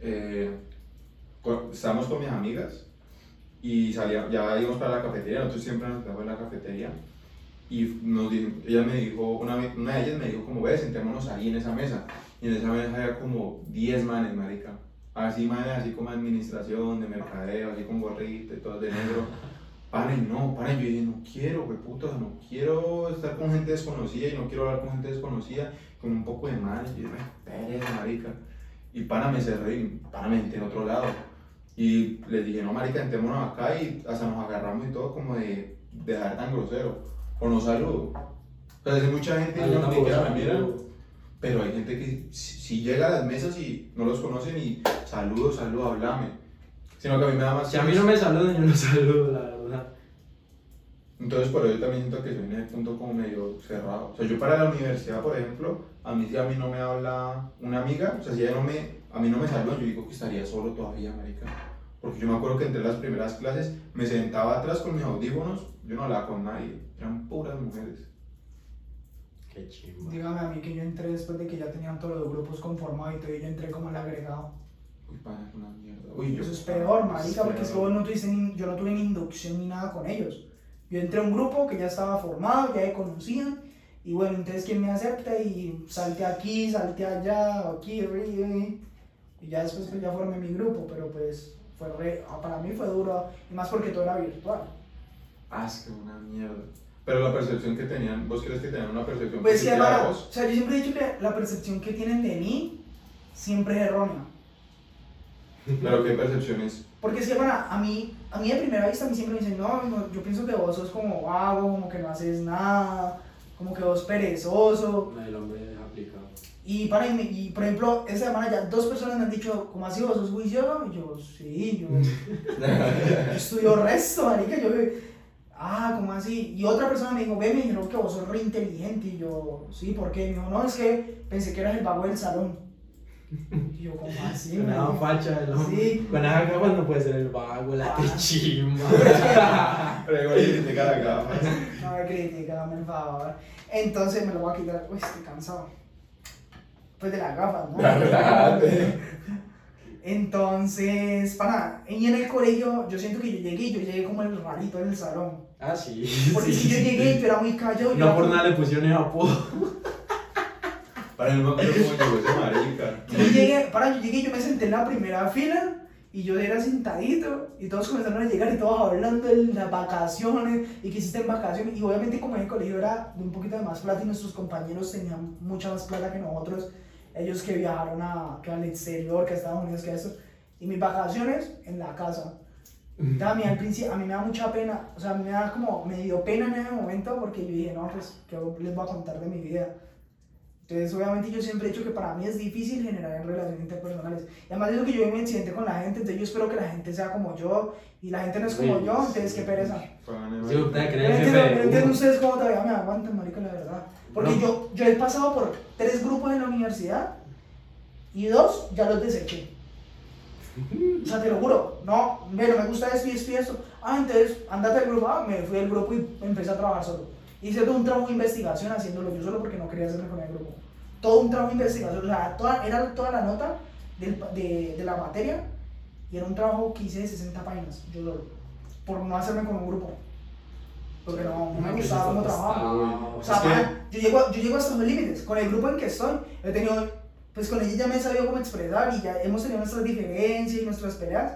A: Eh, co- estábamos con mis amigas y salía, ya íbamos para la cafetería, nosotros siempre nos quedamos en la cafetería. Y nos dijo, ella me dijo, una, ve- una de ellas me dijo como, ve, sentémonos ahí en esa mesa. Y en esa mesa había como 10 manes, marica. Así manes, así como de administración, de mercadeo, así con gorrito y todo de negro. Pana, y no, pana, y yo dije, no quiero, güey, puta, o sea, no quiero estar con gente desconocida y no quiero hablar con gente desconocida, con un poco de manes, y yo, "Ay, pereza, marica. Y pana me cerré, y pana me senté en otro lado. Y les dije, no, marica, entémonos acá y hasta nos agarramos y todo como de dejar tan grosero. O no saludo. O sea, si mucha gente
B: Ah,
A: no, ni
B: tampoco
A: siquiera
B: soy
A: me mira,
B: amigo.
A: pero hay gente que si, si llega a las mesas y no los conocen y saludo, saludo, hablame. Sino que a mí me da más...
B: Si a mí no me saludan, yo no saludo, la verdad.
A: Entonces, por eso yo también siento que soy en ese punto como medio cerrado. O sea, yo para la universidad, por ejemplo, a mí si a mí no me habla una amiga, o sea, si ella no me, a mí no me saluda, yo digo que estaría solo todavía, marica. Porque yo me acuerdo que entre las primeras clases me sentaba atrás con mis audífonos, yo no hablaba con nadie, eran puras mujeres.
B: Qué chimba.
C: Dígame a mí que yo entré después de que ya tenían todos los grupos conformados y todo, y yo entré como el agregado.
A: Uy, pana, es una mierda. Uy, yo.
C: Eso es peor, marica, porque es que vos
A: peor.
C: no tuviste ni- yo no tuve ni inducción ni nada con ellos. Yo entré a un grupo que ya estaba formado, ya me conocían, y bueno, entonces quién me acepta y salte aquí, salte allá, aquí, ri, ri. y ya después pues, ya formé mi grupo, pero pues fue re- para mí fue duro, y más porque todo era virtual.
A: Ah, es que una mierda. Pero la percepción que tenían, ¿vos crees que tenían una percepción
C: Pues que,
A: positiva de
C: hermano,
A: vos?
C: o sea, yo siempre he dicho que la percepción que tienen de mí siempre es errónea.
A: Pero qué percepción es.
C: Porque es que, bueno, a mí, a mí de primera vista, a mí siempre me dicen, no, no, yo pienso que vos sos como vago, como que no haces nada, como que vos perezoso.
B: El hombre aplicado.
C: Y, para, y, me- y, por ejemplo, esta semana ya dos personas me han dicho, ¿cómo así vos sos juicioso? Y yo, sí, yo, yo estudio resto, marica, yo, ah, ¿cómo así? Y otra persona me dijo, ve, me dijeron que vos sos re inteligente. Y yo, sí, ¿por qué? Y me dijo, no, es que pensé que eras el vago del salón. Y yo, ¿cómo así?
B: Con esa
C: marica?"
B: facha el hombre.
C: Sí.
B: Con esa capa no puede ser el vago, la
C: Ah.
B: techimba.
A: Pero igual criticar a cada más.
C: No me criticame, por favor. Entonces me lo voy a quitar. Uy, estoy cansado. Pues de las gafas, ¿no?
A: Relájate.
C: Entonces, para, y en el colegio, yo siento que yo llegué, yo llegué como el rarito en el salón.
B: ah, sí.
C: Porque
B: sí,
C: si yo
B: sí.
C: llegué, yo era muy callado. yo
B: No
C: era
B: por
C: como-
B: nada le pusieron el apodo.
A: Para el momento como llegó ese marica.
C: Yo llegué, para, yo llegué, yo me senté en la primera fila y yo era sentadito y todos comenzaron a llegar y todos hablando de las vacaciones y que hiciste en vacaciones y obviamente como en el colegio era de un poquito de más plata y nuestros compañeros tenían mucha más plata que nosotros, ellos que viajaron a, que al exterior, que a Estados Unidos, que a eso, y mis vacaciones en la casa. Entonces, a mí al principio, a mí me da mucha pena, o sea, a mí me da como, me dio pena en ese momento porque yo dije, no, pues, ¿qué les voy a contar de mi vida? Entonces, obviamente, yo siempre he dicho que para mí es difícil generar relaciones interpersonales. Y además, de eso que yo me accidente con la gente, entonces yo espero que la gente sea como yo y la gente no es como
B: Sí,
C: yo, entonces
B: sí.
C: qué pereza.
B: Sí, ustedes creen
C: Yo no
B: que
C: entiendo, no
B: me-
C: entiendo ustedes cómo todavía me aguantan, marica, la verdad. Porque
B: No.
C: yo, yo he pasado por tres grupos en la universidad y dos ya los deseché. O sea, te lo juro, no, ve, no me gusta esto y esto y esto. Ah, entonces, andate del grupo. Ah, me fui del grupo y empecé a trabajar solo. Hice todo un trabajo de investigación haciéndolo yo solo porque no quería hacerme con el grupo. Todo un trabajo de investigación, o sea, toda, era toda la nota del- de, de la materia y era un trabajo que hice de 60 páginas, yo solo, por no hacerme con un grupo. Porque no, no me
B: pues,
C: gustaba cómo trabajaba. O sea,
A: Es que-
C: man, yo, llego, yo llego hasta los límites. Con el grupo en que estoy, he tenido, pues con ella ya me he sabido cómo expresar y ya hemos tenido nuestras diferencias y nuestras peleas,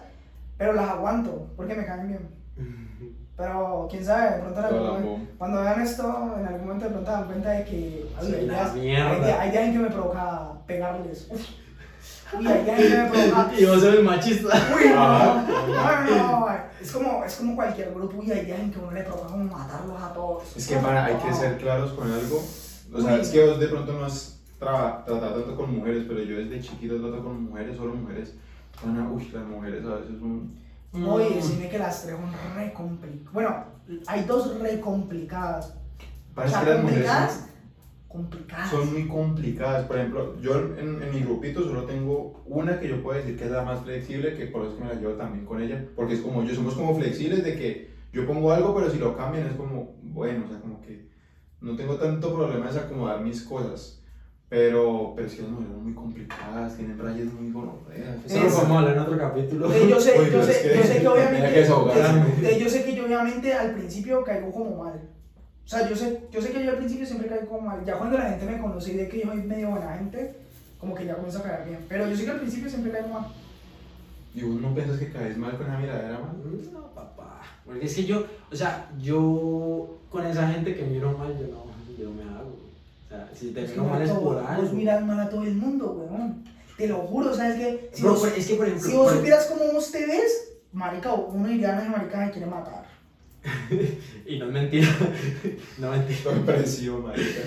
C: pero las aguanto porque me caen bien. Pero quién sabe, de pronto en algún
A: Toda la
C: momento-
A: bomba.
C: cuando vean esto, en algún momento de pronto dan cuenta de que
B: Soy
C: hay
B: una
C: días-
B: mierda.
C: hay días- hay días en que me provoca pegarles. Uf. Uy, hay días en que me provoca.
B: Y vos eres machista.
C: Uy, no,
A: Ajá.
C: no, no, no, no, es como, es como cualquier grupo, uy, hay días en que uno le provoca como matarlos a todos.
A: Es que para, hay que
C: No.
A: ser claros con algo. O sea,
C: Uy.
A: es que vos de pronto no has traba- tratado tanto con mujeres, pero yo desde chiquito trato con mujeres, solo mujeres. Ana, uy, las mujeres a veces son. Mm.
C: Oye, decime que las tres son re complicadas. Bueno, hay dos re complicadas. O
A: Parece
C: sea,
A: que las mujeres
C: complicadas,
A: son,
C: complicadas.
A: son muy complicadas. Por ejemplo, yo en, en mi grupito solo tengo una que yo puedo decir que es la más flexible, que por eso me la llevo también con ella. Porque es como yo, somos como flexibles de que yo pongo algo, pero si lo cambian es como, bueno, o sea, como que no tengo tanto problema de acomodar mis cosas. Pero, pero es que las mujeres son muy complicadas, tienen rayas muy gonorreas.
B: Eso lo
C: Eso.
B: podemos hablar en otro capítulo.
C: Eh, yo sé,
A: Uy,
C: yo
A: pero
C: sé,
A: es que-
C: yo sé que
A: Tenía
C: obviamente.
A: que desahogarme.
C: eh, yo sé que yo obviamente al principio caigo como mal. O sea, yo sé, yo sé que yo al principio siempre caigo como mal. Ya cuando la gente me conoce y ve que yo soy medio buena gente, como que ya comienzo a caer bien. Pero yo sé que al principio siempre caigo mal.
A: ¿Y vos no piensas que caes mal con esa miradera, man?
B: No, papá. Porque es que yo, o sea, yo con esa gente que miro mal, yo no, yo me hago. O sea, si te
C: Es que
B: miro mal es
C: marica,
B: por
C: vos-
B: algo.
C: Vos Pues miras mal a todo el mundo, weón. Te lo juro, ¿sabes qué? Si
B: Bro,
C: vos-
B: pero es que por ejemplo,
C: Si vos
B: por-
C: supieras cómo vos te ves, marica, uno diría, no, ese marica me quiere matar.
B: y no es mentira, no es mentira.
A: Lo impresivo, marica.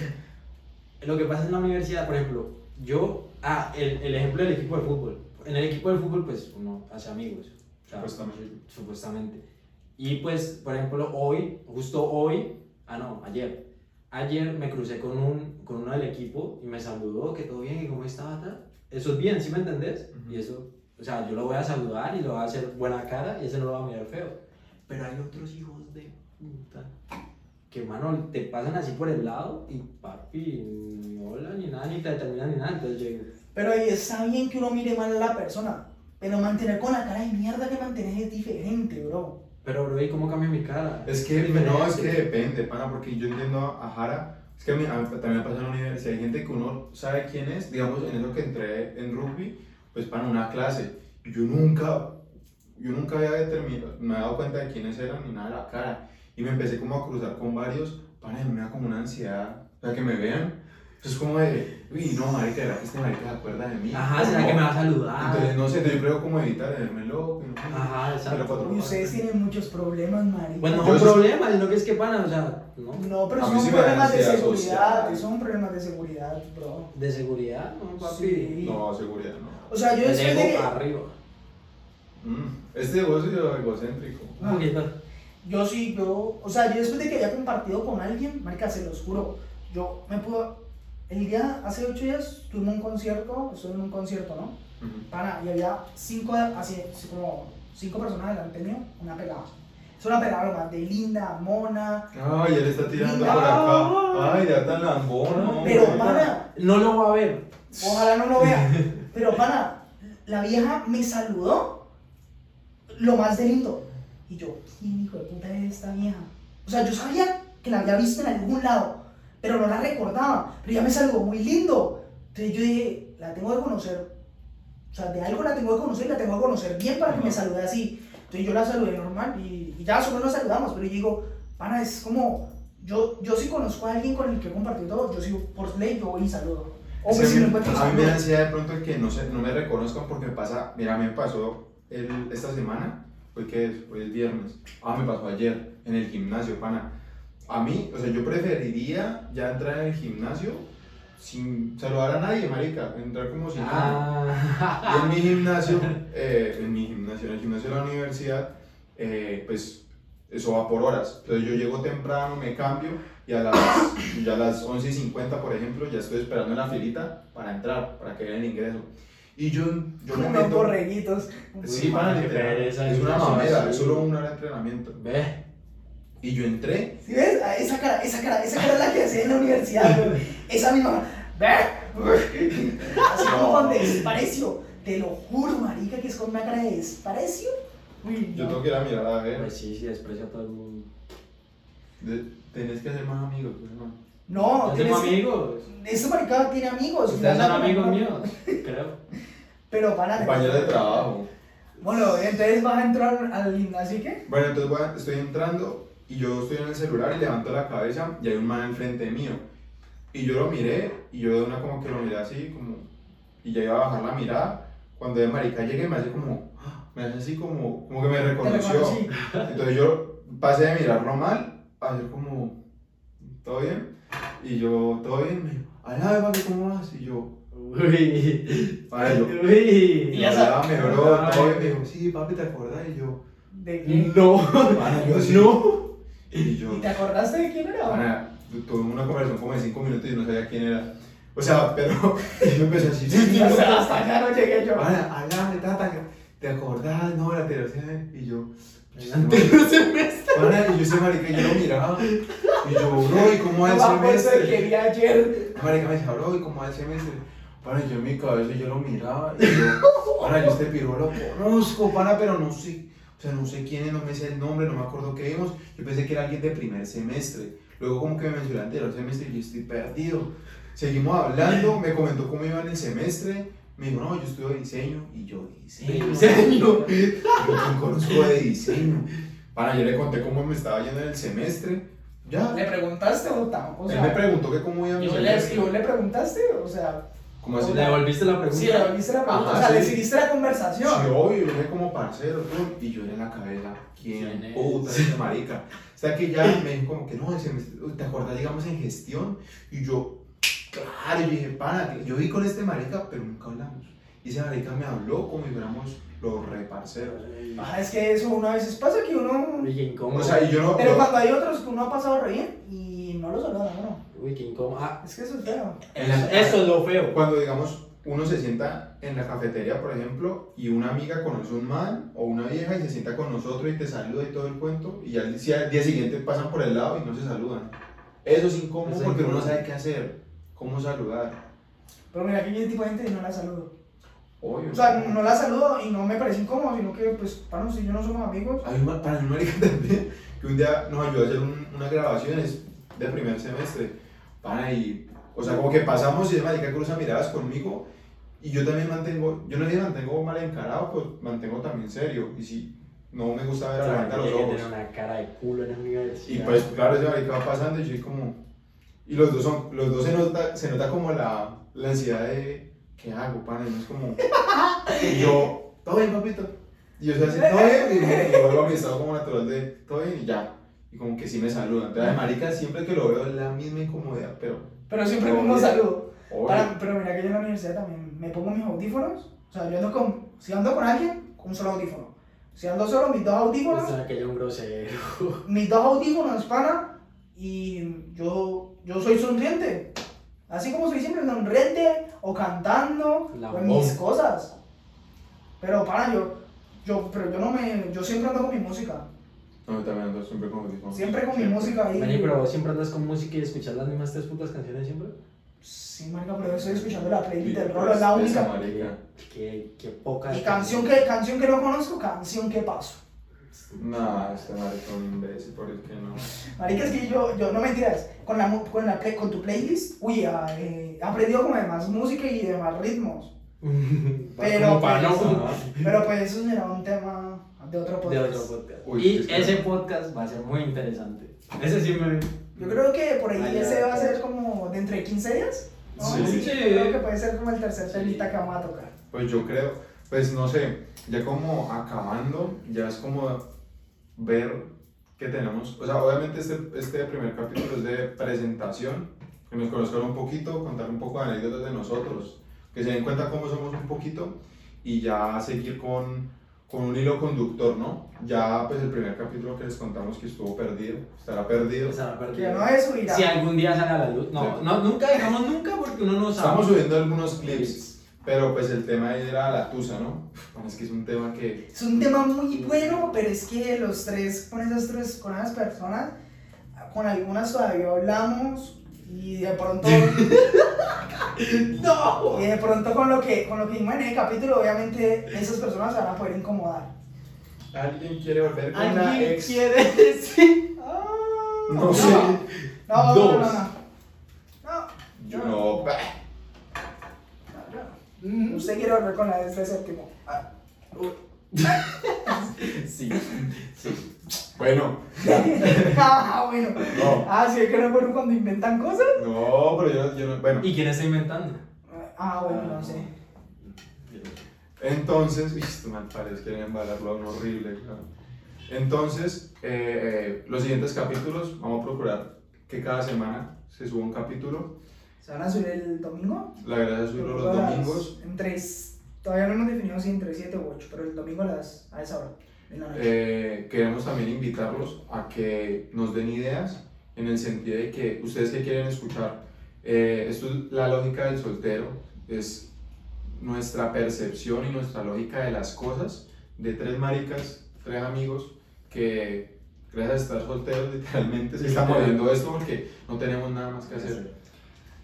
B: Lo que pasa en la universidad, por ejemplo, yo, ah, el, el ejemplo del equipo de fútbol. En el equipo de fútbol, pues uno hace amigos. o sea,
A: Supuestamente.
B: supuestamente. Y pues, por ejemplo, hoy, justo hoy, ah, no, ayer. Ayer me crucé con, un, con uno del equipo y me saludó, que todo bien, y cómo estaba, tal. Eso es bien, ¿sí me entendés?
A: Ujú.
B: Y eso, o sea, yo lo voy a saludar y lo voy a hacer buena cara y ese no lo va a mirar feo. Pero hay otros hijos de puta que, mano, te pasan así por el lado y, papi, ni hola, ni nada, ni te determinan, ni nada. Entonces yo digo,
C: Pero ahí está bien que uno mire mal a la persona. Pero mantener con la cara de mierda que mantenés es diferente, bro.
B: pero, bro, ¿y cómo cambia mi cara?
A: Es que,
B: Diferente.
A: no, es que depende, pana, porque yo entiendo a Jara. Es que a mí, a mí también me pasa en la universidad. Hay gente que uno sabe quién es. Digamos, en eso que entré en rugby, pues para una clase. Yo nunca, yo nunca había determinado, me había dado cuenta de quiénes eran ni nada de la cara. Y me empecé como a cruzar con varios. Pana, y me da como una ansiedad. O sea, que me vean. Pues es como de, uy, no, marica, ¿verdad que este marica se acuerda de mí?
B: Ajá, ¿será
A: No.
B: que me va a saludar?
A: Entonces, no sé, entonces yo creo como evitar verme loco. y no sé.
B: Ajá, exacto.
A: Pero
C: Y ustedes tienen muchos problemas, marica.
B: Bueno, no
A: Yo
B: es
A: sí-
B: un problema, sino que es que pana, o sea, no.
C: no, pero
A: a mí
C: son
A: sí me da
C: problemas de
A: ansiedad
C: seguridad.
A: social.
C: Son problemas de seguridad, bro.
B: De seguridad, no, papi.
C: Sí.
A: No, seguridad, no.
C: O sea, yo
B: El
C: después de
B: ego
C: que-
B: arriba.
A: Mm, Este negocio es egocéntrico.
B: Un
C: Ah.
B: poquito.
C: Yo sí, yo, o sea, yo después de que había compartido con alguien, marica, se los juro, yo me pudo, el día, hace ocho días, tuve un concierto, estuve en un concierto, ¿no?
A: Ujú.
C: Pana, y había cinco, así, así como cinco personas delante mío, una pelada. Es una pelada, lo más de linda, mona,
A: Ay, ya le está tirando
C: Mira.
A: por acá. Ay, ya tan lambona. hombre.
C: Ah. pero pana,
B: No lo va a ver.
C: ojalá no lo vea, pero pana, la vieja me saludó, lo más de lindo, y yo, ¿quién hijo de puta es esta vieja? O sea, yo sabía que la había visto en algún lado, pero no la recordaba, pero ya me saludó muy lindo, entonces yo dije, la tengo que conocer, o sea, de algo la tengo que conocer, la tengo que conocer bien para que me salude así, entonces yo la saludé normal, y, y ya solo nos saludamos, pero yo digo, pana, es como, yo, yo sí conozco a alguien con el que he compartido todo, yo sí, por ley, yo voy y saludo. O pues,
A: Es que
C: si lo
A: a mí-
C: encuentro,
A: a mí me
C: saludo.
A: da ansiedad de pronto que no, se, no me reconozcan porque me pasa. Mira, a mí me pasó el- esta semana. Hoy que es, hoy es viernes. Ah, me pasó ayer en el gimnasio, pana. A mí, o sea, yo preferiría ya entrar en el gimnasio sin saludar a nadie, marica. Entrar como si nada. Y en
B: Ah.
A: mi gimnasio, eh, en mi gimnasio, en el gimnasio de la universidad, eh, pues eso va por horas. Entonces yo llego temprano, me cambio y a las, y a las 11 y 50, por ejemplo, ya estoy esperando en la filita para entrar, para que den el ingreso. Y yo, yo me
C: Unos
A: meto...
C: borreguitos.
A: Sí,
B: Uy,
A: man,
B: qué
A: literal,
B: pereza,
A: es
B: yo
A: una
B: no soy
A: mamera,
B: así.
A: es solo una hora de entrenamiento.
B: Ve.
A: Y yo entré,
C: ¿Sí ves? Ah, Esa cara, esa cara, esa cara es la que hacía en la universidad, güey. Esa misma. Así como con desprecio. Te lo juro, marica, que es con una cara de desprecio. Uy,
A: yo
C: no.
A: tengo que ir a mirar a ver.
B: Pues sí, sí, desprecio a todo el mundo.
A: de- tenés que ser más amigos, pues, hermano.
B: Yo tengo
C: No, tienes- Pues
B: amigos.
C: Este maricado tiene amigos.
B: Ustedes
C: no
B: son
C: anda con-
B: amigos míos, creo.
C: Pero van a
A: Compañero de trabajo.
C: Bueno, entonces vas a entrar al gimnasio, ¿y ¿qué?
A: Bueno, entonces voy a- estoy entrando y yo estoy en el celular y levanto la cabeza y hay un man enfrente mío. Y yo lo miré y yo de una como que lo miré así, como. Y ya iba a bajar la mirada. Cuando de marica llegué me hace como. ¡ah! Me hace así como. Como que me
C: Te
A: reconoció.
C: reconocí.
A: Entonces yo pasé de mirarlo mal a hacer como. ¿Todo bien? Y yo, ¿todo bien? Me dijo, "Alá, papi, ¿cómo vas? Y yo,
B: Uy.
A: para yo. Y
B: Uy.
C: ya
A: ya
C: sabes.
A: me bro, todo bien. Me dijo, sí, papi, ¿te acordás? Y yo,
C: ¿De qué?
B: No.
A: "Mano, yo sí".
B: No.
A: Y yo,
C: ¿Y te acordaste de quién era?
A: Pana, tu- tuve una conversación como de 5 minutos y no sabía quién era. O sea, pero yo empecé así. Sí, sí,
C: O
A: sí. Ah,
C: sea, hasta acá no llegué yo.
A: Pana, háblame, tata, que ¿te acordás? No, la tercera. Y yo. Pana, y yo ese marica, y yo lo miraba. Y yo, bro, ¿y cómo va el
C: Papá, eso de que
A: semestre?
C: vi ayer.
A: Marica me decía, bro, ¿y cómo va el semestre? Pana, yo en mi cabeza yo lo miraba. Y yo, pana, yo este piro lo conozco, pana, pero no sé. O sea, no sé quién es, no me sé el nombre, no me acuerdo qué vimos. Yo pensé que era alguien de primer semestre. Luego como que me mencionó anterior semestre y yo estoy perdido. Seguimos hablando, me comentó cómo iba en el semestre. Me dijo, no, yo estudio diseño. Y yo, diseño.
B: Diseño.
A: Yo "¿Quién conozco de diseño. Para, yo le conté cómo me estaba yendo en el semestre. Ya.
C: ¿Le preguntaste o tampoco? O
A: Él me
C: sea,
A: preguntó que cómo iba
C: y
A: mi
C: vos le,
A: semestre.
C: y vos le preguntaste, o sea,
A: ¿Cómo así?
B: ¿Le devolviste la
C: si le
B: pregunta?
C: volviste la pregunta,
A: Ajá,
C: o sea, le
A: sí.
C: seguiste la
A: Sí,
C: conversación.
A: obvio, yo era como parcero, tú, y yo era en la cabeza, ¿quién
B: ¿Quién es?
A: puta es este marica? O sea, que ya me dijo como que no, se me- ¿te acordás, digamos, en gestión? Y yo, claro, yo dije, pana, yo vi con este marica, pero nunca hablamos. Y ese marica me habló como si fuéramos los reparceros.
C: Ah, es que eso una vez pasa que uno.
B: Uy, qué incómodo.
A: O sea, y yo no...
C: Pero
A: no-
C: cuando hay otros que uno ha pasado re bien y no los saludan a uno.
B: Uy, qué incómodo. Ah,
C: Es que eso es feo.
A: en la- eh.
B: Eso es lo feo.
A: Cuando, digamos, uno se sienta en la cafetería, por ejemplo, y una amiga conoce un man o una vieja y se sienta con nosotros y te saluda y todo el cuento, y al día, al día siguiente pasan por el lado y no se saludan. Eso es incómodo
B: Es
A: porque uno
B: incómodo.
A: no sabe qué hacer, cómo saludar.
C: Pero mira, que yo ese tipo de gente no la saludo.
A: Obvio.
C: O sea, no la saludo y no me parece incómodo, sino que, pues, para si yo no somos amigos.
A: Hay un ma- para mí, marica, también, que un día nos ayudó a hacer un- unas grabaciones de primer semestre. Para y, o sea, como que pasamos y el marica cruza miradas conmigo. Y yo también mantengo, yo no le mantengo mal encarado, pues mantengo también serio. Y si no me gusta ver a la gente a los
B: tiene que
A: ojos.
B: tener una cara de culo en la
A: Y
B: universidad.
A: pues, claro, ese marica va pasando y yo soy como. Y los dos, son, los dos se, nota, se nota como la, la ansiedad de. ¿Qué hago, pana? Y no es como. Y yo, todo bien, papito. Y yo soy así, todo bien. Y, y vuelvo a mi estado como natural de, todo bien, y ya. Y como que sí me saludan. Entonces, marica, siempre que lo veo es la misma incomodidad, pero.
C: Pero siempre
A: Obvio.
C: uno saludo.
A: obvio.
C: Para- pero mira que yo en la universidad también me pongo mis audífonos. O sea, yo ando con. Si ando con alguien, un solo audífono. Si ando solo, mis dos audífonos.
B: O sea, que yo un grosero.
C: mis dos audífonos, pana, y yo, yo soy sonriente. Así como soy siempre sonriente, o cantando,
B: La
C: o en mis
B: voz.
C: cosas. Pero, pana, yo, yo, pero yo no me, yo siempre ando con mi música.
A: No, yo también ando siempre con audífonos.
C: Siempre con mi
A: Siempre.
C: música ahí.
B: Vení, pero vos siempre andas con música y escuchas las mismas tres putas canciones siempre.
C: Sí, marica, pero yo estoy escuchando la playlist del
A: Sí,
C: rolo, es la
A: pues, esa
C: única.
A: marica.
B: Qué, qué poca.
C: Y canción que, canción que no conozco, canción que paso.
A: No, este marica es un imbécil, por el que no.
C: Marica, es que yo, yo no mentiras, con, la, mu- con, la, play- con tu playlist, uy, ah, eh, he aprendido como de más música y de más ritmos. Pero,
B: Como para
C: pues,
B: no.
C: Pero pues eso será un tema de otro
B: De
C: podcast.
B: otro podcast.
A: Uy,
B: y
A: es que-
B: ese podcast va a ser muy interesante. Ese sí me.
C: Yo creo que por ahí
B: Vale,
C: ese va a
B: vale.
C: ser como de entre 15 días. ¿no?
A: Sí.
C: Yo creo que puede ser como el tercer
B: Sí.
C: temita que vamos a tocar.
A: Pues yo creo, pues no sé, ya como acabando, ya es como ver que tenemos, o sea, obviamente este, este primer capítulo es de presentación, que nos conozcan un poquito, contar un poco de anécdotas de nosotros, que se den cuenta cómo somos un poquito y ya seguir con, con un hilo conductor, ¿no? Ya pues el primer capítulo que les contamos que estuvo perdido, estará perdido.
B: O sea,
C: Que
B: perdido.
C: no es subirá.
B: Si algún día sale a la luz. No,
A: Sí.
B: no nunca dejamos nunca porque uno no sabe.
A: Estamos subiendo algunos clips. Pero pues el tema ahí era la tusa, ¿no? Bueno, es que es un tema que...
C: Es un tema muy bueno, pero es que los tres, con esas tres, con esas personas, con algunas todavía hablamos y de pronto...
B: ¡No!
C: Y de pronto con lo que con lo que dijimos en el capítulo, obviamente esas personas se van a poder incomodar.
A: ¿Alguien quiere volver con la
B: ¿Alguien
A: ex?
B: quiere decir?
C: Ah,
A: No sé.
C: No, no, no,
A: Dos.
C: no. No,
A: Yo no... bah.
C: no, no. Usted quiere volver con la de este séptimo. Ah,
B: Sí, sí.
A: Bueno,
C: ah, bueno.
A: no.
C: Ah, sí, es que no es bueno cuando inventan cosas.
A: No, pero yo, yo no... Bueno,
B: ¿Y quién está inventando?
C: Ah, bueno, no sé.
A: Entonces, esto me parece que embalarlo a uno horrible. claro. Entonces, eh, eh, los siguientes capítulos, vamos a procurar que cada semana se suba un capítulo.
C: ¿Se van a subir el domingo?
A: La verdad es subirlo los
C: Las-
A: domingos.
C: Entre, todavía no hemos definido si entre 7 u 8, pero el domingo a, las, a esa hora. En la noche.
A: Eh, queremos también invitarlos a que nos den ideas en el sentido de que ustedes que quieren escuchar, Eh, esto es la lógica del soltero, es nuestra percepción y nuestra lógica de las cosas de tres maricas, tres amigos que gracias a estar solteros literalmente se está muriendo esto porque no tenemos nada más que hacer.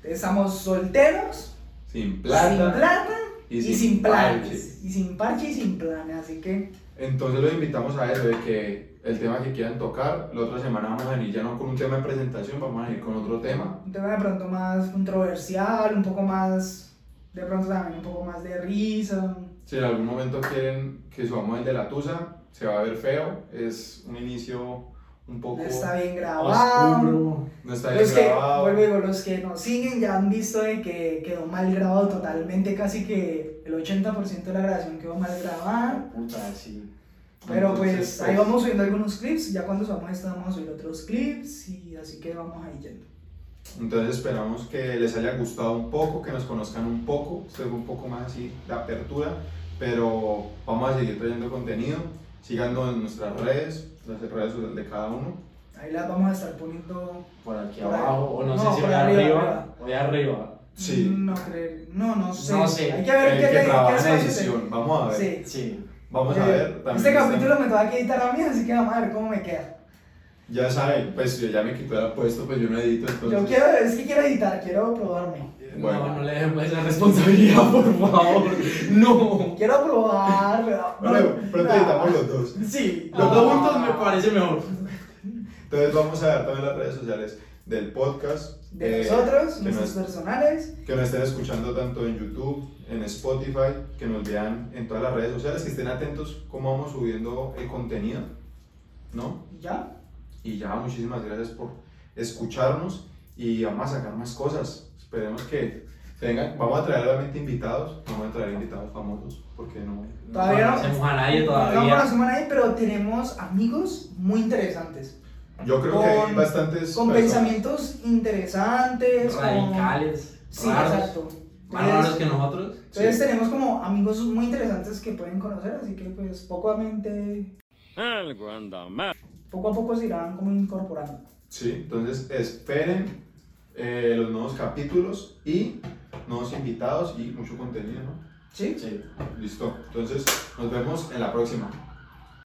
C: Estamos solteros,
A: Sin
C: sin
A: plata
C: plata y, sin
A: parche.
C: planes. Y sin parche y sin planes, así que
A: Entonces los invitamos a eso, de que el tema que quieran tocar, la otra semana vamos a venir ya no con un tema de presentación, vamos a venir con otro tema.
C: un tema de pronto más controversial, un poco más, de pronto también un poco más de risa.
A: Si en algún momento quieren que subamos el de la Tusa, se va a ver feo, es un inicio un poco...
C: No está bien
B: Pues,
C: grabado.
B: Oscuro.
A: No está bien
C: Los que,
A: grabado.
C: vuelvo y digo, los que nos siguen ya han visto de que quedó mal grabado totalmente, casi que el 80% de la grabación quedó mal grabada.
B: Ah, Puta, sí.
C: Pero pues,
A: Entonces, este,
C: ahí vamos subiendo algunos clips, ya cuando subamos esto vamos a subir otros clips y así que vamos ahí yendo.
A: Entonces esperamos que les haya gustado un poco, que nos conozcan un poco, esto fue un poco más así de apertura, pero vamos a seguir trayendo contenido, síganos en nuestras redes, las redes sociales de cada uno.
C: Ahí las vamos a estar poniendo,
B: Por aquí
C: Por ahí.
B: abajo, o no,
C: No,
B: sé si
C: por
B: voy
C: arriba,
B: arriba.
C: arriba.
B: Voy arriba.
A: Sí.
C: mm, no creer, no, no sé.
B: No sé.
C: Hay que ver
A: el
C: qué,
A: que
C: te- qué
A: trabaja en
C: espacio te-
A: edición, vamos a ver.
C: Sí.
B: Sí.
A: Vamos a
C: Eh,
A: ver también.
C: Este
A: está-
C: capítulo me tengo que editar a mí, así que vamos a ver cómo me queda.
A: Ya saben, pues yo ya me quito el apuesto, pues yo no edito, entonces.
C: Yo quiero, es que quiero editar, quiero probarme.
A: Bueno.
B: No, no le dejemos esa responsabilidad, por favor. No.
C: Quiero probar, pero-
A: Bueno, pronto
C: Ah,
A: editamos los dos.
B: Sí, los dos
C: Ah.
B: juntos me parece mejor.
A: Entonces vamos a ver también las redes sociales del podcast.
C: De
A: eh,
C: nosotros,
A: que
C: nuestros
A: nos-
C: personales,
A: que nos estén escuchando tanto en YouTube, en Spotify, que nos vean en todas las redes sociales, que estén atentos cómo vamos subiendo el contenido, ¿no?
C: y ya.
A: Y ya, muchísimas gracias por escucharnos y vamos a sacar más cosas. Esperemos que se vengan. Vamos a traer realmente invitados, vamos a traer invitados famosos, porque no.
C: Todavía no.
B: No conocemos a nadie
C: No vamos a
B: Ah, todavía.
C: sumar ahí, pero tenemos amigos muy interesantes.
A: Yo creo que hay
C: Con-
A: bastantes.
C: Con
A: personas.
C: pensamientos interesantes, con-
B: Radicales.
C: Sí,
B: raros,
C: exacto.
B: Más
C: Entonces-
B: raros que nosotros.
C: Entonces tenemos como amigos muy interesantes que pueden conocer, así que pues poco a mente,
D: Algo anda mal.
C: poco a poco se irán como incorporando.
A: Sí, entonces esperen eh, los nuevos capítulos y nuevos invitados y mucho contenido, ¿no?
C: ¿Sí?
B: Sí.
A: Listo. Entonces, nos vemos en la próxima.